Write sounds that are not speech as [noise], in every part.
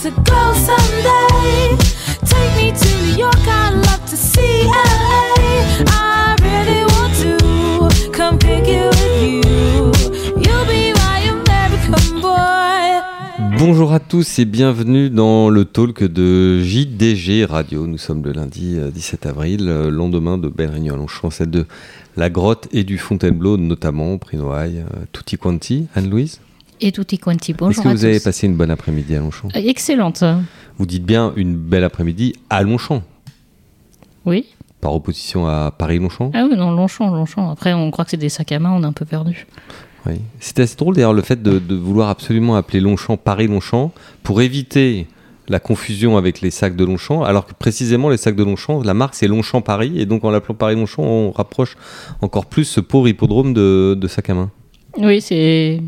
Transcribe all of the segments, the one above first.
to go someday. Take me to New York, I'd love to see LA. I really want to come pick it with you. You'll be my American boy. Bonjour à tous et bienvenue dans le talk de JDG Radio. Nous sommes le lundi euh, 17 avril, euh, lendemain de belle réunion. On chante celle de La Grotte et du Fontainebleau, notamment Prinoailles, euh, Tutti Quanti. Anne-Louise, Et tutti quanti, est-ce bonjour que à vous tous. avez passé une bonne après-midi à Longchamp Euh, Excellente, Vous dites bien une belle après-midi à Longchamp, oui. par opposition à Paris-Longchamp. Ah oui, non, Longchamp, Longchamp. Après, on croit que c'est des sacs à main, on est un peu perdu. Oui. C'était assez drôle d'ailleurs le fait de, de vouloir absolument appeler Longchamp Paris-Longchamp pour éviter la confusion avec les sacs de Longchamp, alors que précisément les sacs de Longchamp, la marque c'est Longchamp Paris, et donc en l'appelant Paris-Longchamp, on rapproche encore plus ce pauvre hippodrome de, de sac à main. Oui, c'est...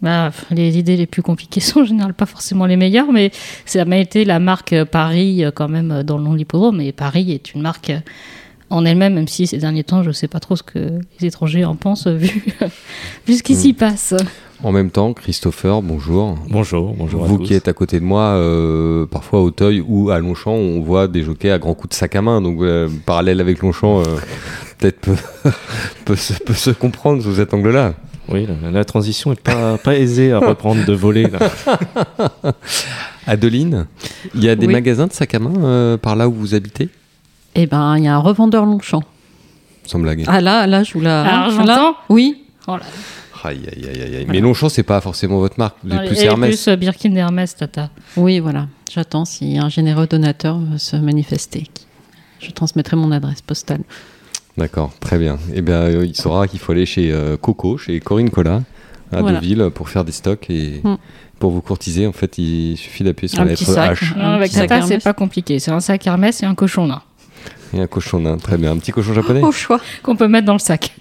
Bah, pff, les idées les plus compliquées [laughs] sont en général pas forcément les meilleures, mais ça m'a été la marque euh, Paris euh, quand même euh, dans le nom de l'hippodrome. Et Paris est une marque euh, en elle-même, même si ces derniers temps, je sais pas trop ce que les étrangers en pensent, euh, [laughs] vu, vu Hmm. ce qui s'y passe. En même temps, Christopher, bonjour. Bonjour, bonjour Vous à tous. qui êtes à côté de moi, euh, parfois à Auteuil ou à Longchamp, on voit des jockeys à grands coups de sac à main, donc euh, parallèle avec Longchamp, euh, [laughs] peut-être peut, [laughs] peut se- peut se comprendre sous cet angle-là. Oui, la, la transition est pas, pas aisée à reprendre de voler. [laughs] là. Adeline, il y a des Oui. magasins de sac à main euh, par là où vous habitez Eh ben, il y a un revendeur Longchamp. Sans blague. Ah là, là, je vous la. À Argentan là, Oui. Oh là, Aïe, aïe, aïe, aïe, aïe. Mais Longchamp, c'est pas forcément votre marque. Vous êtes Et plus Hermès. plus euh, Birkin Hermès, Tata. Oui, voilà. J'attends si un généreux donateur veut se manifester. Je transmettrai mon adresse postale. D'accord, très bien. Eh bien, euh, il saura qu'il faut aller chez euh, Coco, chez Corinne Collat, à Voilà. Deauville, pour faire des stocks. Et Hmm. pour vous courtiser, en fait, il suffit d'appuyer sur Un la petit lettre sac. H. Non, avec petit Ah, sac Tata, Hermès. c'est pas compliqué. C'est un sac Hermès et un cochon nain Et un cochon nain, très bien. Un petit cochon [laughs] japonais [laughs] Au choix. qu'on peut mettre dans le sac.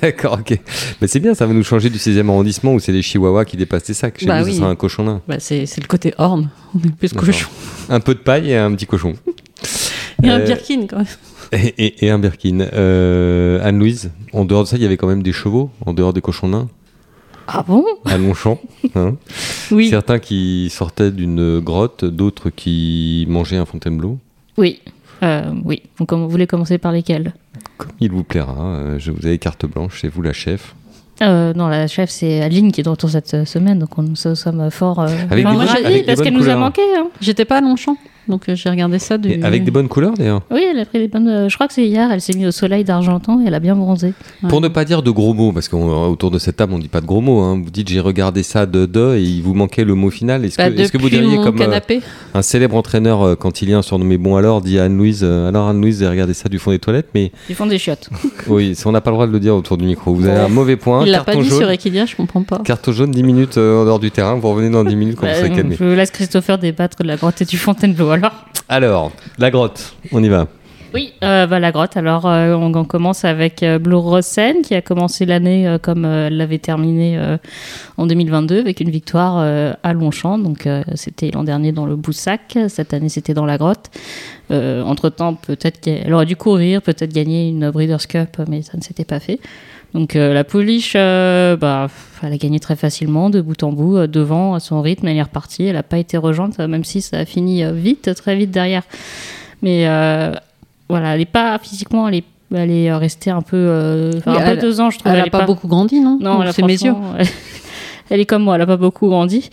D'accord, ok. Mais c'est bien, ça va nous changer du 16e arrondissement où c'est les chihuahuas qui dépassent les sacs. Chez Bah nous, oui. ça sera un cochon nain. Bah, c'est c'est le côté orne. [laughs] On est plus D'accord. cochon. Un peu de paille et un petit cochon. Et un Euh, Birkin, quand même. Et, et- et un Birkin. Euh, Anne-Louise, en dehors de ça, il y avait quand même des chevaux, en dehors des cochons nains, Ah bon à Longchamp. [laughs] hein. Oui. Certains qui sortaient d'une grotte, d'autres qui mangeaient un Fontainebleau. Oui. Euh, oui. Donc, comme- vous voulez commencer par lesquels Comme il vous plaira, euh, je vous avez carte blanche, c'est vous la chef. Euh, Non, la chef, c'est Aline qui est de retour cette euh, semaine, donc on, nous sommes fort. Euh, Avec bien des bonnes- ravis avec des parce qu'elle bonnes nous a couleurs. manqué. hein. J'étais pas à Longchamp, donc euh, j'ai regardé ça du. Et avec des bonnes couleurs d'ailleurs. Oui, elle a pris des bonnes. euh, je crois que c'est hier, elle s'est mise au soleil d'Argentan et elle a bien bronzé. Ouais. Pour ne pas dire de gros mots, parce qu'autour de cette table, on ne dit pas de gros mots. hein. Vous dites j'ai regardé ça de de et il vous manquait le mot final. Est-ce Bah, que, est-ce que vous depuis diriez mon comme euh, canapé. un célèbre entraîneur euh, quand il y a un surnommé Bon alors dit à Anne-Louise euh, alors Anne-Louise, j'ai regardé ça du fond des toilettes, mais Ils font des chiottes. Oui, ça, on n'a pas le droit de le dire autour du micro. Vous avez un mauvais point. Il l'a carton pas dit jaune. sur Equidia, je comprends pas. Carton jaune, 10 minutes euh, en dehors du terrain. Vous revenez dans 10 minutes quand Bah, vous Euh, serez [laughs] calmé. je laisse Christopher débattre de la grotte et du Fontainebleau alors. Alors, la grotte, on y va. Oui, euh, bah, la grotte. Alors, euh, on, on commence avec euh, Blue Rosen qui a commencé l'année euh, comme euh, elle l'avait terminée euh, en 2022 avec une victoire euh, à Longchamp. Donc, euh, c'était l'an dernier dans le Boussac. Cette année, c'était dans la grotte. Euh, Entre-temps, peut-être qu'elle aurait dû courir, peut-être gagner une Breeders' Cup, mais ça ne s'était pas fait. Donc, euh, la Pouliche, euh, bah, elle a gagné très facilement, de bout en bout, euh, devant, à son rythme. Elle est repartie. Elle n'a pas été rejointe, euh, même si ça a fini euh, vite, très vite derrière. Mais euh, voilà, elle est pas physiquement, elle est, elle est euh, restée un peu, euh, enfin, Oui, un peu elle- deux ans, je trouve. Elle a est pas, beaucoup grandi, non Non, elle [laughs] a c'est mes yeux. franchement- elle est comme moi, elle a pas beaucoup grandi.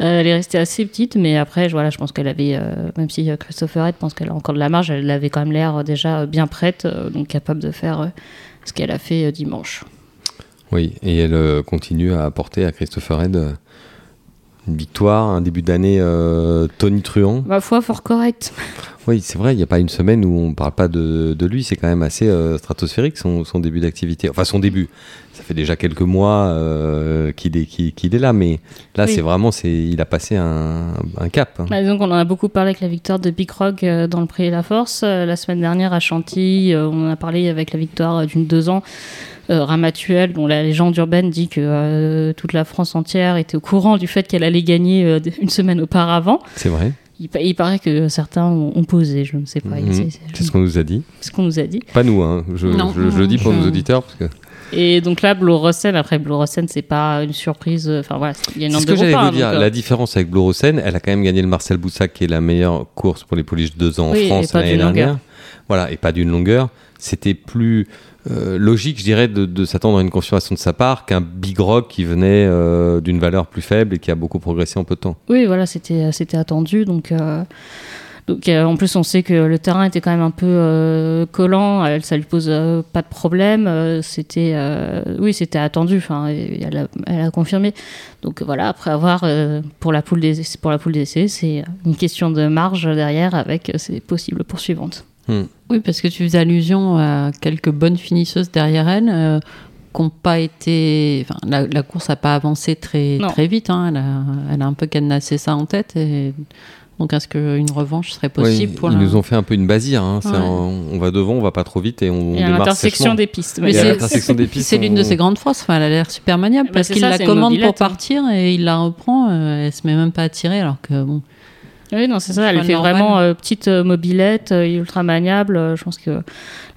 Euh, elle est restée assez petite, mais après, je- voilà, je pense qu'elle avait, euh, même si euh, Christopher Ed pense qu'elle a encore de la marge, elle avait quand même l'air euh, déjà euh, bien prête, euh, donc capable de faire euh, ce qu'elle a fait euh, dimanche. Oui, et elle euh, continue à apporter à Christopher Ed euh, une victoire, un début d'année euh, tonitruant. Ma foi, fort correct. [laughs] Oui, c'est vrai, il n'y a pas une semaine où on ne parle pas de, de lui. C'est quand même assez euh, stratosphérique son, son début d'activité. Enfin, son début. Ça fait déjà quelques mois euh, qu'il est, qu'il- qu'il est là, mais là, Oui. c'est vraiment, c'est, il a passé un, un cap. hein. Bah, donc on en a beaucoup parlé avec la victoire de Big Rock euh, dans le Prix et la Force. Euh, la semaine dernière à Chantilly, euh, on en a parlé avec la victoire euh, d'une deux ans. Euh, Ramatuel, dont la légende urbaine dit que euh, toute la France entière était au courant du fait qu'elle allait gagner euh, d- une semaine auparavant. C'est vrai. Il, pa- il paraît que certains ont, ont posé, je ne sais pas. Mhm. C'est- C'est C'est ce qu'on nous a dit. ce qu'on nous a dit. Pas nous, hein. je, Non, je- je le dis pour je- nos auditeurs. Parce que... Et donc là, Blue Rosen, après Blue Rosen, c'est pas une surprise. euh, Enfin voilà, il y a une C'est onde ce de que j'allais repas, vous dire. donc, euh, La différence avec Blorosen, elle a quand même gagné le Marcel Boussac, qui est la meilleure course pour les polices deux ans Oui, et en France pas l'année d'une dernière. longueur. Voilà, et pas d'une longueur. C'était plus euh, logique, je dirais, de, de s'attendre à une confirmation de sa part qu'un Big Rock qui venait euh, d'une valeur plus faible et qui a beaucoup progressé en peu de temps. Oui, voilà, c'était c'était attendu. Donc, euh, donc euh, en plus, on sait que le terrain était quand même un peu euh, collant. Elle, ça lui pose euh, pas de problème. euh, c'était euh, oui, c'était attendu. Enfin, et elle a, elle a confirmé. Donc voilà, après avoir euh, pour la poule des pour la poule d'essai, c'est une question de marge derrière avec euh, ses possibles poursuivantes. Oui, parce que tu faisais allusion à quelques bonnes finisseuses derrière elle. euh, qu'ont pas été, enfin, la, la course n'a pas avancé très, Non. très vite. hein, Elle, a, elle a un peu cadenassé ça en tête. Et... Donc, est-ce qu'une revanche serait possible Ouais, pour ils la- nous ont fait un peu une basire. hein. C'est Ouais. un- on va devant, on va pas trop vite et on, Et à démarre l'intersection sèchement. des pistes. Mais Et à c'est- l'intersection des pistes, C'est l'une on- de ses grandes forces. Enfin, elle a l'air super maniable Bah, parce c'est qu'il ça, la c'est une commande pour mobilette, hein. partir et il la reprend. euh, elle se met même pas à tirer alors que bon. Oui, non, c'est ça. Elle Enfin, fait normal. vraiment euh, petite euh, mobilette, euh, ultra maniable. Euh, je pense que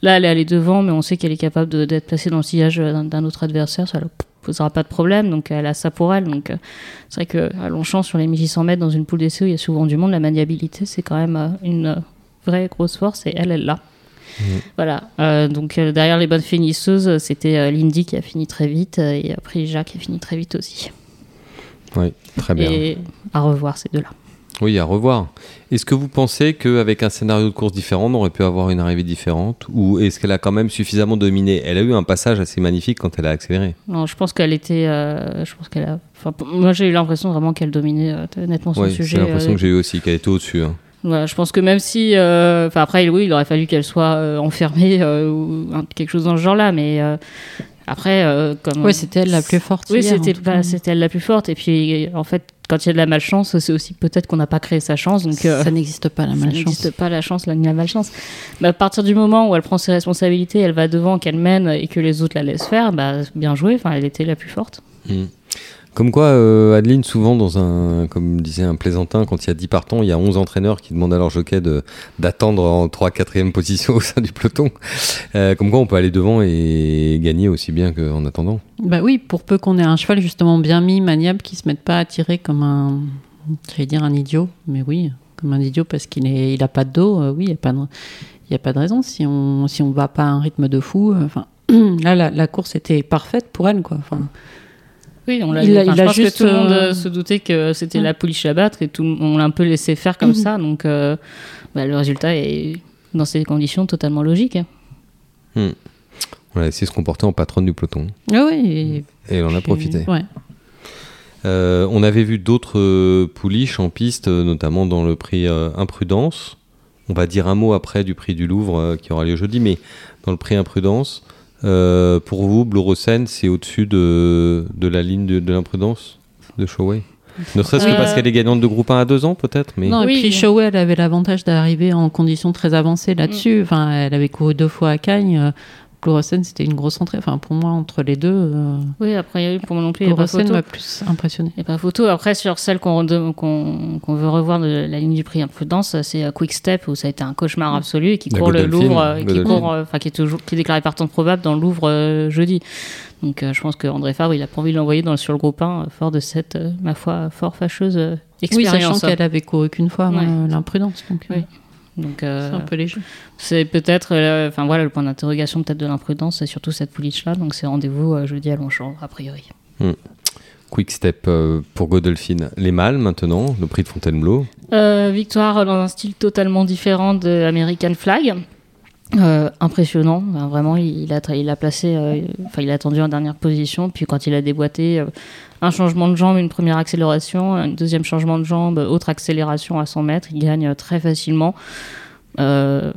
là, elle est allée devant, mais on sait qu'elle est capable de- d'être placée dans le sillage euh, d'un- d'un autre adversaire. Ça ne posera pas de problème. Donc, elle a ça pour elle. Donc, euh, c'est vrai qu'à Longchamp, sur les 1600 mètres, dans une poule d'essai où il y a souvent du monde, la maniabilité, c'est quand même euh, une euh, vraie grosse force. Et elle, elle l'a. Mmh. Voilà. Euh, donc, euh, derrière les bonnes finisseuses, euh, c'était euh, Lindy qui a fini très vite euh, et après Jacques qui a fini très vite aussi. Ouais, très Ah, bien. Et à revoir ces deux-là. Oui, à revoir. Est-ce que vous pensez qu'avec un scénario de course différent, on aurait pu avoir une arrivée différente Ou est-ce qu'elle a quand même suffisamment dominé Elle a eu un passage assez magnifique quand elle a accéléré. Non, je pense qu'elle était. euh, je pense qu'elle a. Enfin, pour- moi, j'ai eu l'impression vraiment qu'elle dominait euh, nettement son Ouais, j'ai sujet. l'impression euh, que j'ai eu aussi qu'elle était au-dessus. hein. voilà, je pense que même si. euh, Enfin, après, oui, il aurait fallu qu'elle soit euh, enfermée euh, ou un- quelque chose dans ce genre-là, mais euh, après, euh, comme. Ouais, c'était elle la plus forte. Oui, hier, en c'était tout pas- cas. c'était elle la plus forte. Et puis, en fait, quand il y a de la malchance, c'est aussi peut-être qu'on n'a pas créé sa chance. Donc, euh, Ça n'existe pas la ça malchance. n'existe pas la chance, la, la malchance. Mais à partir du moment où elle prend ses responsabilités, elle va devant, qu'elle mène et que les autres la laissent faire, bah, bien joué. Enfin, elle était la plus forte. Comme quoi, euh, Adeline, souvent, dans un, comme disait un plaisantin, quand il y a 10 partants, il y a 11 entraîneurs qui demandent à leur jockey de- d'attendre en 3 4 e position [laughs] au sein du peloton. Euh, comme quoi, on peut aller devant et gagner aussi bien qu'en attendant. Bah oui, pour peu qu'on ait un cheval justement bien mis, maniable, qui se mette pas à tirer comme un, j'allais dire un idiot, mais oui, comme un idiot parce qu'il est, il a pas de dos. euh, oui, il y a pas de, il y a pas de raison si on, si on va pas à un rythme de fou. euh, Enfin, [clears throat] là, la, la course était parfaite pour elle, quoi. Enfin, Oui, on l'a Il a- enfin, il je a pense juste, que tout le monde euh, euh, se doutait que c'était ouais. Mhm. la pouliche à battre et tout, le- on l'a un peu laissé faire comme ça. Donc, euh, bah, le résultat est, dans ces conditions, totalement logique. hein. On a laissé se comporter en patronne du peloton. ah oui. et- Et elle en a profité. Ouais. Euh, on avait vu d'autres euh, pouliches en piste, euh, notamment dans le prix euh, Imprudence. On va dire un mot après du prix du Louvre euh, qui aura lieu jeudi, mais dans le prix Imprudence, euh, pour vous, Blorosen, c'est au-dessus de, de la ligne de, de l'imprudence de Showway Ne serait-ce que Euh, parce qu'elle est gagnante de groupe 1 à 2 ans, peut-être mais... Non, Oui, et puis mais- Showey, elle avait l'avantage d'arriver en conditions très avancées là-dessus. Enfin, elle avait couru deux fois à Cagnes. euh, Pleurosen, c'était une grosse entrée. Enfin, pour moi, entre les deux, euh, Oui, après, il y a eu pour mon oncle, il y a pas Pleurosen photo. m'a plus impressionné. Il y a pas photo. Après, sur celle qu'on redem- qu'on qu'on veut revoir de la ligne du prix Imprudence, c'est euh, Quick Step où ça a été un cauchemar Mm. absolu et qui La court le Godolphin, Louvre, euh, qui, Godolphin. court, euh, enfin, qui, est toujours, qui est déclaré partant probable dans le Louvre euh, jeudi. Donc, euh, je pense que André Fabre, il a pas envie de l'envoyer dans, sur le groupe 1, euh, fort de cette, euh, ma foi, fort fâcheuse euh, Oui, expérience. sachant qu'elle avait couru qu'une fois Ouais. euh, l'imprudence. Donc, euh, Oui. Donc, euh, c'est un peu léger. c'est peut-être, euh, enfin voilà, le point d'interrogation peut-être de l'imprudence, c'est surtout cette pouliche là. Donc, c'est rendez-vous euh, jeudi à Longchamp, a priori. Quick step euh, pour Godolphin. Les mâles, maintenant, le prix de Fontainebleau. Euh, victoire dans un style totalement différent de American Flag. Euh, impressionnant, Enfin, vraiment, il, il a, tra- il a placé, euh, enfin, il a attendu en dernière position, puis quand il a déboîté, euh, un changement de jambe, une première accélération, un deuxième changement de jambe, autre accélération à 100 mètres, il gagne euh, très facilement. Euh,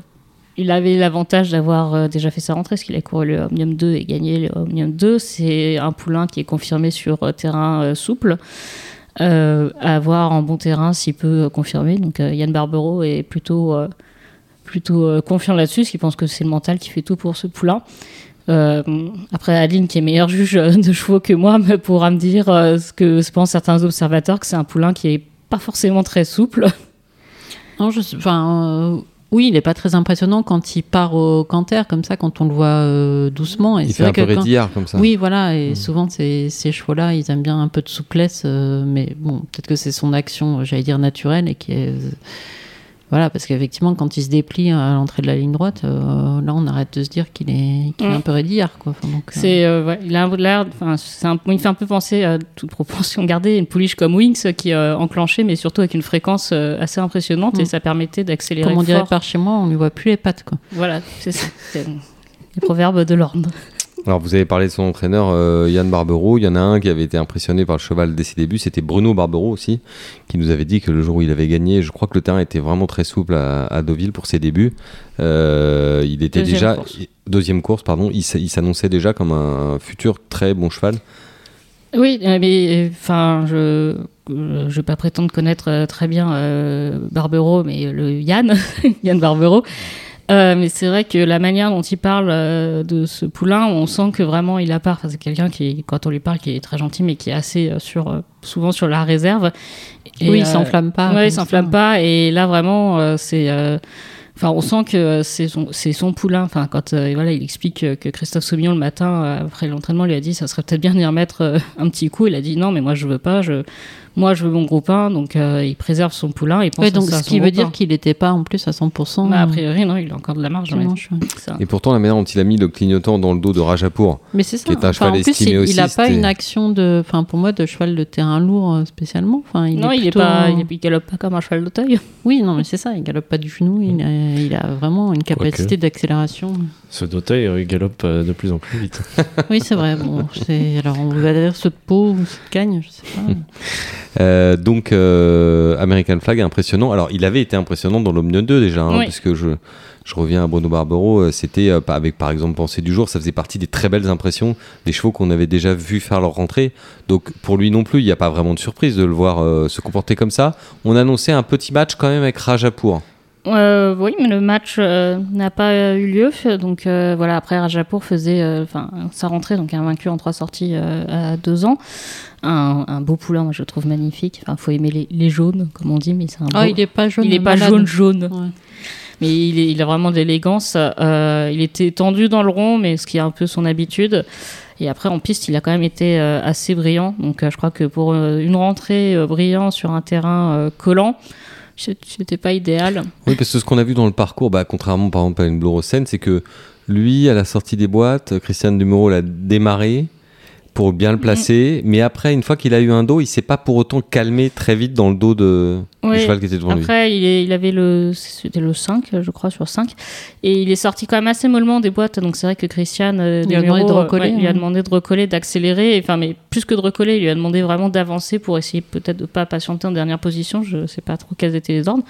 il avait l'avantage d'avoir euh, déjà fait sa rentrée, parce qu'il a couru le Omnium 2 et gagné le Omnium 2. C'est un poulain qui est confirmé sur euh, terrain euh, souple. Euh, à avoir en bon terrain s'il peut euh, confirmer. Donc euh, Yann Barbero est plutôt, euh, plutôt euh, confiant là-dessus, parce qu'il pense que c'est le mental qui fait tout pour ce poulain. Euh, après, Adeline, qui est meilleure juge euh, de chevaux que moi, me pourra me dire euh, ce que pensent certains observateurs, que c'est un poulain qui est pas forcément très souple. Non, je, sais- enfin, euh, Oui, il n'est pas très impressionnant quand il part au canter, comme ça, quand on le voit euh, doucement. Et Il c'est fait un vrai peu que quand- rédillard comme ça. Oui, voilà, et Mm. souvent ces, ces chevaux-là, ils aiment bien un peu de souplesse, euh, mais bon, peut-être que c'est son action, euh, j'allais dire, naturelle, et qui est. euh, voilà, parce qu'effectivement, quand il se déplie à l'entrée de la ligne droite, euh, là, on arrête de se dire qu'il est, qu'il est Mm. un peu rédillard, quoi. Enfin, donc, euh, [laughs] C'est euh, ouais, il a un- l'air, enfin, c'est un- il me fait un peu penser à toute proportion gardée une pouliche comme Wings euh, qui euh, enclenchait, mais surtout avec une fréquence euh, assez impressionnante et Mm. ça permettait d'accélérer. comme on dirait fort. par chez moi, on lui voit plus les pattes, quoi. Voilà, c'est ça. C'est les proverbes de l'ordre. Alors, vous avez parlé de son entraîneur euh, Yann Barbero. Il y en a un qui avait été impressionné par le cheval dès ses débuts. C'était Bruno Barbero aussi, qui nous avait dit que le jour où il avait gagné, je crois que le terrain était vraiment très souple à, à Deauville pour ses débuts. Euh, il était Deuxième déjà course. deuxième course, pardon. Il s- il s'annonçait déjà comme un futur très bon cheval. Oui, euh, mais euh, enfin, je euh, je vais pas prétendre connaître euh, très bien euh, Barbero, mais le Yann, [laughs] Yann Barbero. Euh, mais c'est vrai que la manière dont il parle euh, de ce poulain, on sent que vraiment il a part. Enfin, c'est quelqu'un qui, quand on lui parle, qui est très gentil, mais qui est assez euh, sur, euh, souvent sur la réserve. Et, oui, il euh, s'enflamme pas. ouais, comme il s'enflamme ça. pas. Et là, vraiment, euh, c'est. euh, Enfin, on sent que euh, c'est son, c'est son poulain. Enfin, quand euh, voilà, il explique euh, que Christophe Soumillon le matin euh, après l'entraînement lui a dit, ça serait peut-être bien d'y remettre euh, un petit coup. Il a dit non, mais moi je veux pas. Je, moi je veux mon groupin. Donc euh, il préserve son poulain. Il pense Ouais, donc, à ce son qui veut groupin. dire qu'il n'était pas en plus à 100%. Bah, a euh, priori, non, il a encore de la marge. mais dimanche, ouais. ça- Et pourtant, la manière dont il a mis le clignotant dans le dos de Rajapour, Mais c'est ça. Qui est un Enfin, cheval en plus, estimé il, aussi, il a pas c'était- une action de, enfin pour moi, de cheval de terrain lourd euh, spécialement. Enfin, il non, est il est plutôt pas, un- il, est- il galope pas comme un cheval d'auteuil. Oui, non, mais c'est ça. Il galope pas du genou. Il a, il a vraiment une capacité d'accélération. Ce doteuil euh, il galope euh, de plus en plus vite. Oui, c'est vrai. Bon, c'est- alors on va dire ce de peau ou ce de cagne, je sais pas. [laughs] Euh, donc euh, American Flag impressionnant. Alors il avait été impressionnant dans l'Omnium 2 déjà, hein, Oui. puisque je, je reviens à Bruno Barbero, euh, c'était euh, pas- avec par exemple Pensée du jour, ça faisait partie des très belles impressions des chevaux qu'on avait déjà vu faire leur rentrée. Donc pour lui non plus, il n'y a pas vraiment de surprise de le voir euh, se comporter comme ça. On annonçait un petit match quand même avec Rajapour. Euh, oui, mais le match euh, n'a pas euh, eu lieu. Donc euh, voilà, après Rajapour faisait euh, enfin sa rentrée, donc un vaincu en trois sorties euh, à deux ans. Un, un beau poulain, moi, je le trouve magnifique. Enfin, faut aimer les, les jaunes, comme on dit, mais c'est un Ah, beau- il est pas jaune. il est pas malade. jaune jaune, Ouais. mais il, est- il a vraiment de l'élégance. Euh, il était tendu dans le rond, mais ce qui est un peu son habitude. Et après en piste, il a quand même été euh, assez brillant. Donc euh, je crois que pour euh, une rentrée euh, brillant sur un terrain euh, collant, c'est- c'était pas idéal. Oui, parce que ce qu'on a vu dans le parcours, bah, contrairement par exemple à une Blorosen, c'est que lui, à la sortie des boîtes, euh, Christiane Dumuro l'a démarré pour bien le placer, mais après, une fois qu'il a eu un dos, il s'est pas pour autant calmé très vite dans le dos de... du Ouais. cheval qui était devant lui. Après, il, est- il avait le, c'était le 5, je crois, sur 5. Et il est sorti quand même assez mollement des boîtes. Donc c'est vrai que Christian euh, Il lui a Demuro, demandé de euh, recoller, ouais, il lui a hein. demandé de recoller, d'accélérer. Enfin, mais plus que de recoller, il lui a demandé vraiment d'avancer pour essayer peut-être de pas patienter en dernière position. Je sais pas trop quels étaient les ordres.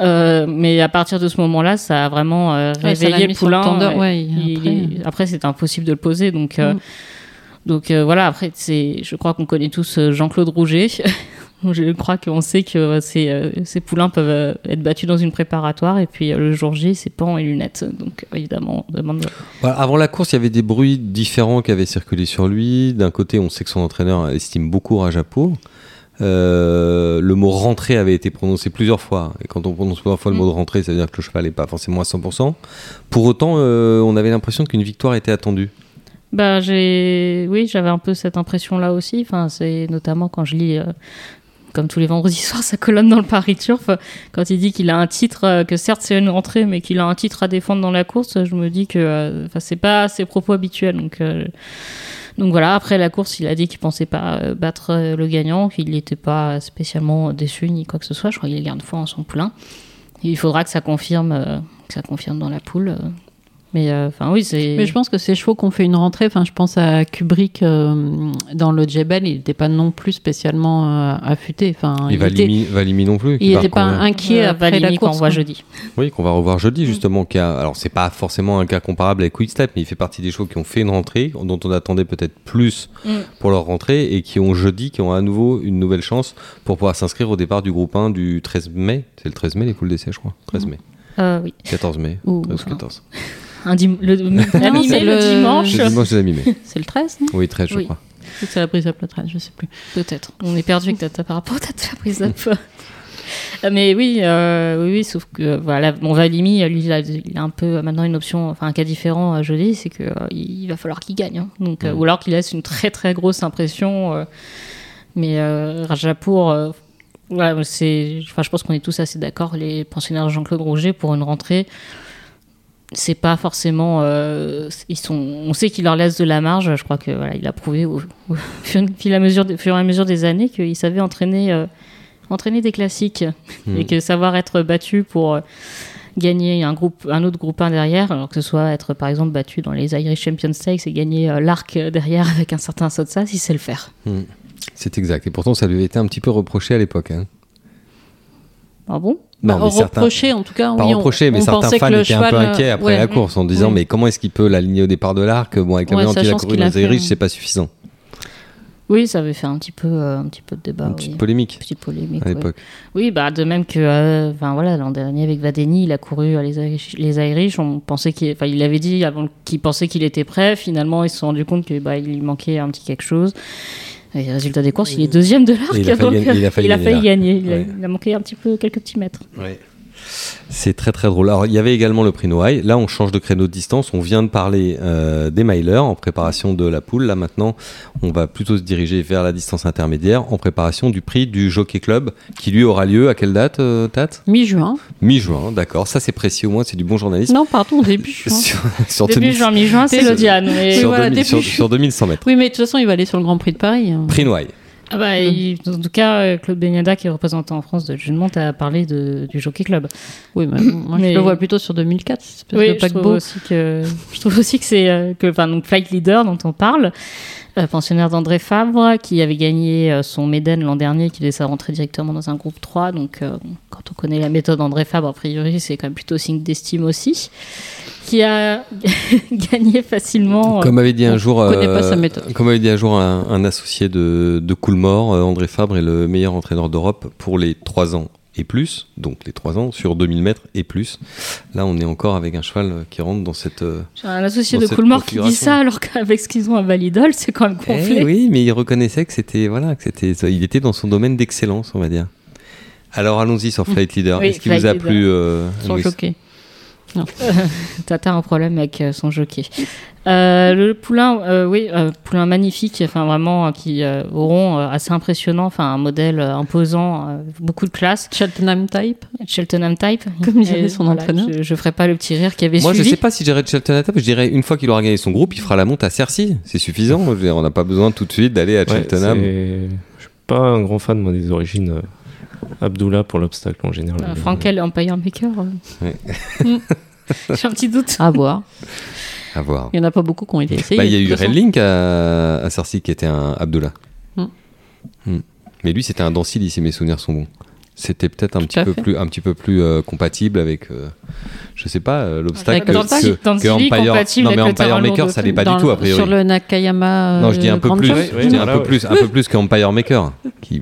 Euh, mais à partir de ce moment-là, ça a vraiment euh, Ouais, ça l'a réveillé mis le sur le poulain. tendeur, ouais. ouais, et Il- après, il- après, c'était impossible de le poser. Donc, euh, Mm. donc euh, voilà, après, c'est, je crois qu'on connaît tous euh, Jean-Claude Rouget. [laughs] je crois qu'on sait que euh, ces, euh, ces poulains peuvent euh, être battus dans une préparatoire. Et puis euh, le jour J, c'est pan et lunettes. Donc évidemment, on demande. Voilà, avant la course, il y avait des bruits différents qui avaient circulé sur lui. D'un côté, on sait que son entraîneur estime beaucoup Rajapour. Euh, le mot rentrée avait été prononcé plusieurs fois. Et quand on prononce plusieurs fois le mot de rentrée, ça veut dire que le cheval n'est pas forcément à 100%. Pour autant, euh, on avait l'impression qu'une victoire était attendue. Bah, j'ai, oui, j'avais un peu cette impression-là aussi. Enfin, c'est notamment quand je lis, euh, comme tous les vendredis [laughs] soirs, sa colonne dans le Paris Turf, euh, quand il dit qu'il a un titre, euh, que certes c'est une rentrée, mais qu'il a un titre à défendre dans la course. euh, Je me dis que, euh, enfin, c'est pas ses propos habituels. Donc, euh, donc voilà. Après la course, il a dit qu'il pensait pas euh, battre euh, le gagnant, qu'il n'était pas spécialement déçu ni quoi que ce soit. Je crois qu'il garde foi en son poulain. Et il faudra que ça confirme, euh, que ça confirme dans la poule. euh. Mais euh, enfin, oui, c'est. hein. Mais je pense que ces chevaux qui ont fait une rentrée, enfin, je pense à Kubrick euh, dans le Jebel, il n'était pas non plus spécialement euh, affûté. Enfin, Et était, Valimi, Valimi non plus. qui il va était pas reconnaître. inquiet Euh, après la Valimi qu'on course. voit quoi. jeudi. Oui, qu'on va revoir jeudi justement. Qui a- alors c'est pas forcément un cas comparable avec Quickstep, mais il fait partie des chevaux qui ont fait une rentrée, dont on attendait peut-être plus Mm. pour leur rentrée, et qui ont jeudi, qui ont à nouveau une nouvelle chance pour pouvoir s'inscrire au départ du groupe 1 du 13 mai. C'est le 13 mai les poules d'essai, je crois. Mm. 13 mai, Euh, oui. 14 mai, Ou, 13 enfin, 14. un dim- le, la Non, mi-mai, c'est le le- dimanche. Le [laughs] dimanche c'est la mi-mai. C'est le 13, non Oui, 13 je Oui. crois. C'est la prise à plat 13, je sais plus. Peut-être. On est perdu avec ta, ta- par rapport à ta prise up. Ah, Mais oui, euh, oui, oui, sauf que voilà, mon Valimi, euh, lui, il a, il a un peu euh, maintenant une option, enfin un cas différent à Jolie, c'est que euh, il, il va falloir qu'il gagne, hein. donc euh, ou alors qu'il laisse une très très grosse impression. euh, mais euh, Rajapour, euh, voilà, c'est, enfin je pense qu'on est tous assez d'accord, les pensionnaires de Jean-Claude Roger pour une rentrée. C'est pas forcément. euh, ils sont, on sait qu'il leur laisse de la marge. Je crois que voilà, il a prouvé au, au fur, fil à mesure, des- fur et à mesure des années qu'il savait entraîner euh, entraîner des classiques Mm. et que savoir être battu pour euh, gagner un groupe un autre groupe 1 derrière alors que ce soit être par exemple battu dans les Irish Champions Stakes et gagner euh, l'arc euh, derrière [laughs] avec un certain saut de ça si c'est le faire C'est exact. Et pourtant, ça lui a été un petit peu reproché à l'époque. hein. ah bon Non, Bah, mais certains. reproché, en tout cas. Pas oui, on- reproché, mais on certains pensait que fans le étaient un peu cheval, euh, inquiets après ouais. la course en disant Oui. Mais comment est-ce qu'il peut l'aligner au départ de l'arc Bon, avec la Ouais, manière dont il a sachant ce couru qu'il a nos fait, Irish, hein. c'est pas suffisant. oui ça avait fait un petit peu euh, un petit peu de débat Bah Une oui. petite polémique Petite polémique à ouais. l'époque. oui bah de même que euh, enfin voilà l'an dernier avec Vadeni il a couru euh, les Irish, les Irish on pensait qu'il enfin il avait dit avant qu'il pensait qu'il était prêt finalement ils se sont rendu compte que bah il lui manquait un petit quelque chose et résultat des courses il est deuxième de l'arc Et il a failli donc, gagner- il a failli il a gagner l'arc. failli gagner il a- Ouais. il a manqué un petit peu quelques petits mètres C'est très très drôle. Alors, il y avait également le prix Noailles. Là, on change de créneau de distance. On vient de parler euh, des milers en préparation de la poule. Là, maintenant, on va plutôt se diriger vers la distance intermédiaire en préparation du prix du Jockey Club qui lui aura lieu à quelle date, euh, Tate Mi-juin. Mi-juin, d'accord. Ça, c'est précis au moins, c'est du bon journalisme. Non, pardon, début [laughs] juin. Sur, sur Début 2000 juin, mi-juin, c'est Sur- l'Odiane. mais- sur Oui, voilà, 2000 début sur- juin. sur 2100 mètres. Oui, mais de toute façon, il va aller sur le Grand Prix de Paris. hein. Prix Noailles. Ah bah, il- en tout cas, euh, Claude Beniada, qui est représentant en France de Jumonte, a parlé de, du Jockey Club. Oui, mais bon, moi, Mais- je le vois plutôt sur 2004. C'est espèce de je trouve paquebot. aussi que je trouve aussi que c'est euh, que enfin donc Flight Leader dont on parle, euh, pensionnaire d'André Favre, qui avait gagné euh, son Méden l'an dernier, qui faisait sa rentrée directement dans un groupe 3. Donc euh, bon, quand on connaît la méthode André Fabre, a priori, c'est quand même plutôt signe d'estime aussi, qui a [laughs] gagné facilement. euh, Comme avait dit un Oh, on jour, euh, connaît pas sa méthode. comme avait dit un jour un, un associé de, de Coolmore, euh, André Fabre est le meilleur entraîneur d'Europe pour les 3 ans et plus, donc les 3 ans sur 2000 mètres et plus. Là, on est encore avec un cheval euh, qui rentre dans cette. euh, j'ai un associé Dans de cette Coolmore qui dit configuration. ça, alors qu'avec ce qu'ils ont à Validol, c'est quand même gonflé. Eh oui, mais il reconnaissait que c'était voilà, que c'était, il était dans son domaine d'excellence, on va dire. Alors allons-y sur Flight Leader. Oui, Est-ce qu'il vous a Flight Leader. plu euh, Sans Louis choquer. Tata a un problème avec euh, son jockey. Euh, le poulain, euh, oui, euh, poulain magnifique, enfin vraiment euh, qui euh, auront euh, assez impressionnant, enfin un modèle euh, imposant, euh, beaucoup de classe. Cheltenham Type. Cheltenham type, Comme Et dirait son entraîneur. Je, je ferai pas le petit rire qui avait Moi, je suivi. sais pas si Jared Shelton à table. Je dirais une fois qu'il aura gagné son groupe, il fera la monte à Cercy. C'est suffisant. Je veux dire, on n'a pas besoin tout de suite d'aller à Ouais, Cheltenham. c'est- Je suis pas un grand fan moi, des origines euh, Abdullah pour l'obstacle en général. Ah. Euh, Frankel Empire Maker. euh. Mm. J'ai un petit doute. À voir. À voir. Il n'y en a pas beaucoup qui ont été essayés. Bah, il y a de eu toute façon. Red Link à, à Cercy qui était un Abdullah. Hmm. Hmm. Mais lui, c'était un Dancily, si mes souvenirs sont bons. C'était peut-être un, Tout petit à peu fait. plus, un petit peu plus euh, compatible avec, euh, je sais pas, euh, l'obstacle Avec que, Dancily. que- que Dancily Empire. compatible non, mais avec le Empire terrain lourd Maker, de ça l'est foot. pas Dans du tout, le- a priori. Sur le Nakayama. Non, je dis euh, un peu Grand plus, Champ. Champ. je dis un Voilà, peu ouais. plus, un peu plus qu'Empire Maker, qui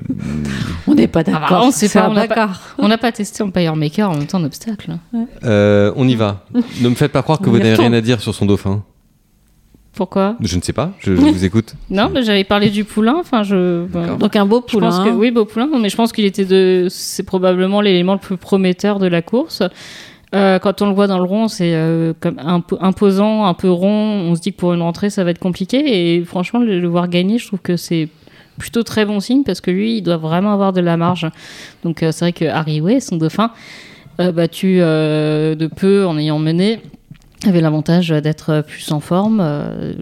On n'est pas Ah bah, d'accord. on sait C'est pas, un on n'a pas- bagarre. On n'a pas testé Empire Maker en même temps d'obstacle. Euh, on y [laughs] va. Ne me faites pas croire que On vous y n'avez rien retourne. à dire sur son dauphin. Pourquoi Je ne sais pas, je, je vous écoute. Non, mais j'avais parlé du poulain. Enfin, je. D'accord. Donc un beau Je poulain. pense que hein. oui, beau poulain, mais je pense qu'il était de, c'est probablement l'élément le plus prometteur de la course. Euh, quand on le voit dans le rond, c'est euh, comme un peu imposant, un peu rond. On se dit que pour une rentrée, ça va être compliqué. Et franchement, le, le voir gagner, je trouve que c'est plutôt très bon signe parce que lui, il doit vraiment avoir de la marge. Donc euh, c'est vrai que Harry Way, son dauphin, euh, battu euh, de peu en ayant mené, avait l'avantage d'être plus en forme. Euh,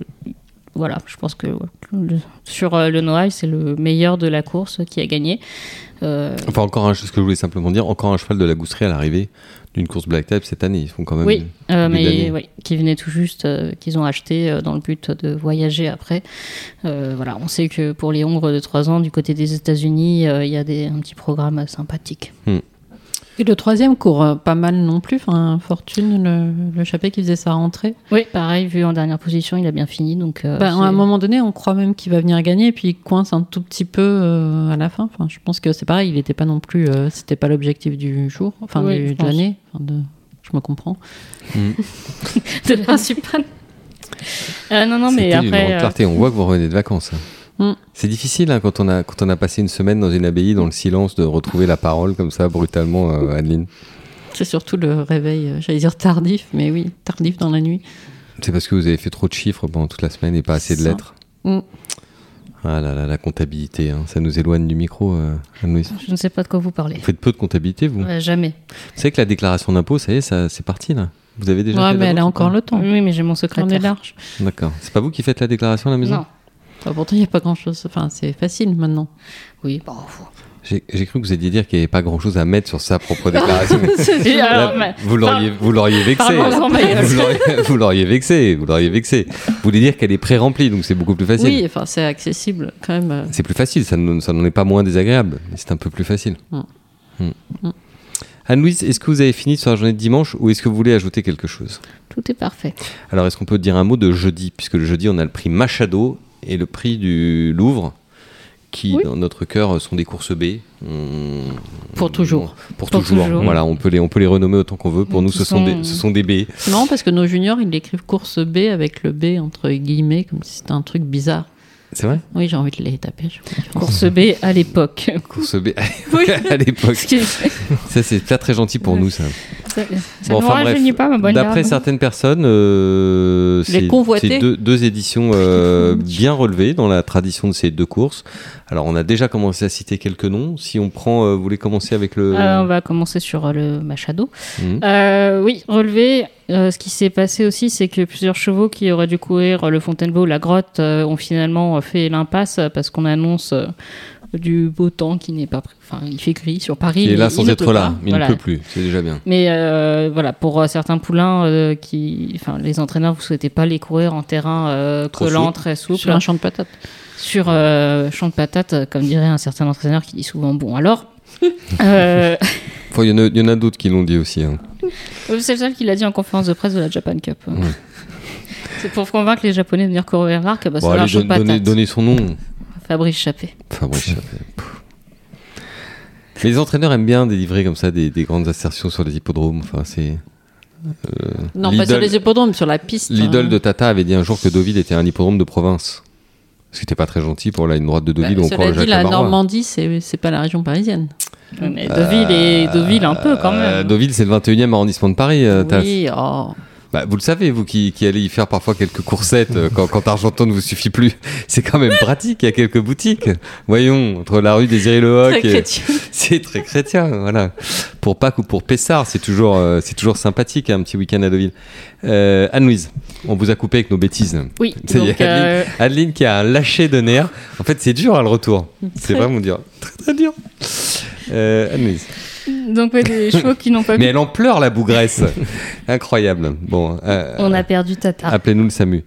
voilà, je pense que ouais, le- sur euh, le Noailles, c'est le meilleur de la course qui a gagné. Euh, Enfin, encore un, ce que je voulais simplement dire, encore un cheval de la gousserie à l'arrivée d'une course Black Type cette année. Ils font quand même. oui, euh, début mais d'année. ouais, qui venait tout juste, euh, qu'ils ont acheté euh, dans le but de voyager après. Euh, voilà, on sait que pour les Hongres de 3 ans, du côté des États-Unis, euh, il y a des, un petit programme euh, sympathique. Et le troisième court euh, pas mal non plus. Enfin, Fortune, le, le chapé qui faisait sa rentrée. Oui, pareil, vu en dernière position, il a bien fini. Donc, euh, Bah, à c'est- un moment donné, on croit même qu'il va venir gagner, et puis il coince un tout petit peu euh, à la fin. Enfin, je pense que c'est pareil, il n'était pas non plus, euh, c'était pas l'objectif du jour, enfin Oui, du- je de pense. l'année. Enfin, de- je me comprends. [laughs] de principal. Euh, non, non, mais C'était d'une après. grande euh, clarté. On voit que vous revenez de vacances. hein. Mm. C'est difficile hein, quand, on a, quand on a passé une semaine dans une abbaye, dans le silence, de retrouver la parole comme ça, brutalement, euh, Adeline. C'est surtout le réveil, euh, j'allais dire tardif, mais oui, tardif dans la nuit. C'est parce que vous avez fait trop de chiffres pendant toute la semaine et pas assez de Ça. lettres. Mm. Ah là là, la comptabilité, hein, ça nous éloigne du micro, euh, Anne-Louise. Je ne sais pas de quoi vous parlez. Vous faites peu de comptabilité, vous Euh, jamais. Vous savez que la déclaration d'impôt, ça y est, ça- c'est parti là. Vous avez déjà Ouais, fait mais la elle a vôtre, encore hein le temps. Oui, mais j'ai mon On est secrétaire. large. D'accord. C'est pas vous qui faites la déclaration à la maison Non. Enfin, pourtant, il n'y a pas grand-chose. Enfin, c'est facile maintenant. Oui, bon. faut- J'ai j'ai cru que vous alliez dire qu'il n'y avait pas grand chose à mettre sur sa propre déclaration. Et Là, alors, mais- vous l'auriez vous l'auriez vexé. Parlons-en, Mayotte. Vous l'auriez- [laughs] Vous l'auriez vexé. Vous l'auriez vexé. Vous voulez dire qu'elle est pré-remplie, donc c'est beaucoup plus facile. Oui, enfin, c'est accessible quand même. euh. C'est plus facile, ça ne- ça n'en est pas moins désagréable, mais c'est un peu plus facile. Mm. Mm. Mm. Anne-Louise, est-ce que vous avez fini sur la journée de dimanche ou est-ce que vous voulez ajouter quelque chose Tout est parfait. Alors, est-ce qu'on peut dire un mot de jeudi Puisque le jeudi, on a le prix Machado et le prix du Louvre, qui, Oui. dans notre cœur, sont des courses B. On- Pour toujours. on- Pour, Pour toujours. toujours. Voilà, on peut, les, on peut les renommer autant qu'on veut. Pour nous, ce Ce sont, sont- des, ce sont des B. C'est marrant parce que nos juniors, ils l'écrivent course B avec le B entre guillemets, comme si c'était un truc bizarre. C'est vrai Oui, j'ai envie de les taper. je crois. Course B [laughs] à l'époque. Courses B Oui. [laughs] à l'époque. Ce qui- Ça, c'est pas très gentil pour nous, ça. Ça ça Bon, nous enfin, rajeunit bref, pas, ma bonne D'après dame. certaines personnes, euh, Les c'est convoités. c'est deux, deux éditions euh, bien relevées dans la tradition de ces deux courses. Alors, on a déjà commencé à citer quelques noms. Si on prend, euh, vous voulez commencer avec le. Euh, on va commencer sur euh, le Machado. Mhm. Euh, oui, relevé. euh, ce qui s'est passé aussi, c'est que plusieurs chevaux qui auraient dû courir euh, le Fontainebleau, la grotte, euh, ont finalement euh, fait l'impasse euh, parce qu'on annonce euh, du beau temps qui n'est pas. pré- Enfin, il fait gris sur Paris. Il est mais là sans ne être pleut là, pas. mais il Voilà. ne peut plus, c'est déjà bien. Mais euh, voilà, pour euh, certains poulains, euh, qui, enfin, les entraîneurs, vous souhaitez pas les courir en terrain euh, Trop collant, souple. très souple, Sur un champ de patates. sur euh, champ de patates, euh, comme dirait un certain entraîneur qui dit souvent bon. Alors, [laughs] euh, [laughs] Enfin, il y en a, il y en a d'autres qui l'ont dit aussi. hein. c'est le seul qui l'a dit en conférence de presse de la Japan Cup. hein. [laughs] C'est pour convaincre les Japonais de venir courir l'arc, bah, parce bon, que allez, leur champ de donne- donnez, patates. donnez son nom. Fabrice Chappé. Enfin, bref, ça fait- Pouf. Mais Les entraîneurs aiment bien délivrer comme ça des, des grandes assertions sur les hippodromes. Enfin, c'est. euh, Non, pas l'idole- sur les hippodromes, sur la piste. hein. L'idole de Tata avait dit un jour que Deauville était un hippodrome de province. Ce qui n'était pas très gentil pour la ligne droite de Bah, Deauville, où on croit cela à dit, Jacques hein. la Lamarois. Normandie, c'est c'est pas la région parisienne. Oui, mais Deauville, et, Deauville un peu quand Euh, hein. même. Deauville, c'est le 21e arrondissement de Paris. euh, Tass. oui, oh. Bah, vous le savez, vous qui, qui allez y faire parfois quelques coursettes euh, quand, quand Argenton ne vous suffit plus. [laughs] C'est quand même pratique, il y a quelques boutiques. Voyons, entre la rue désiré le Très hoc et- chrétien. [laughs] C'est très chrétien, voilà. Pour Pâques ou pour Pessard, c'est toujours, euh, c'est toujours sympathique, un petit week-end à Deauville. Euh, Anne-Louise, on vous a coupé avec nos bêtises. [laughs] Oui, Ça y est, donc, Adeline, euh, Adeline qui a un lâcher de nerfs. En fait, c'est dur à le retour. C'est vraiment dur. Très, très dur. Euh, Anne-Louise. donc ouais, des chevaux qui n'ont pas Mais pu- elle en pleure, la bougresse. Incroyable. Bon, euh, On a perdu Tata. appelez-nous le SAMU.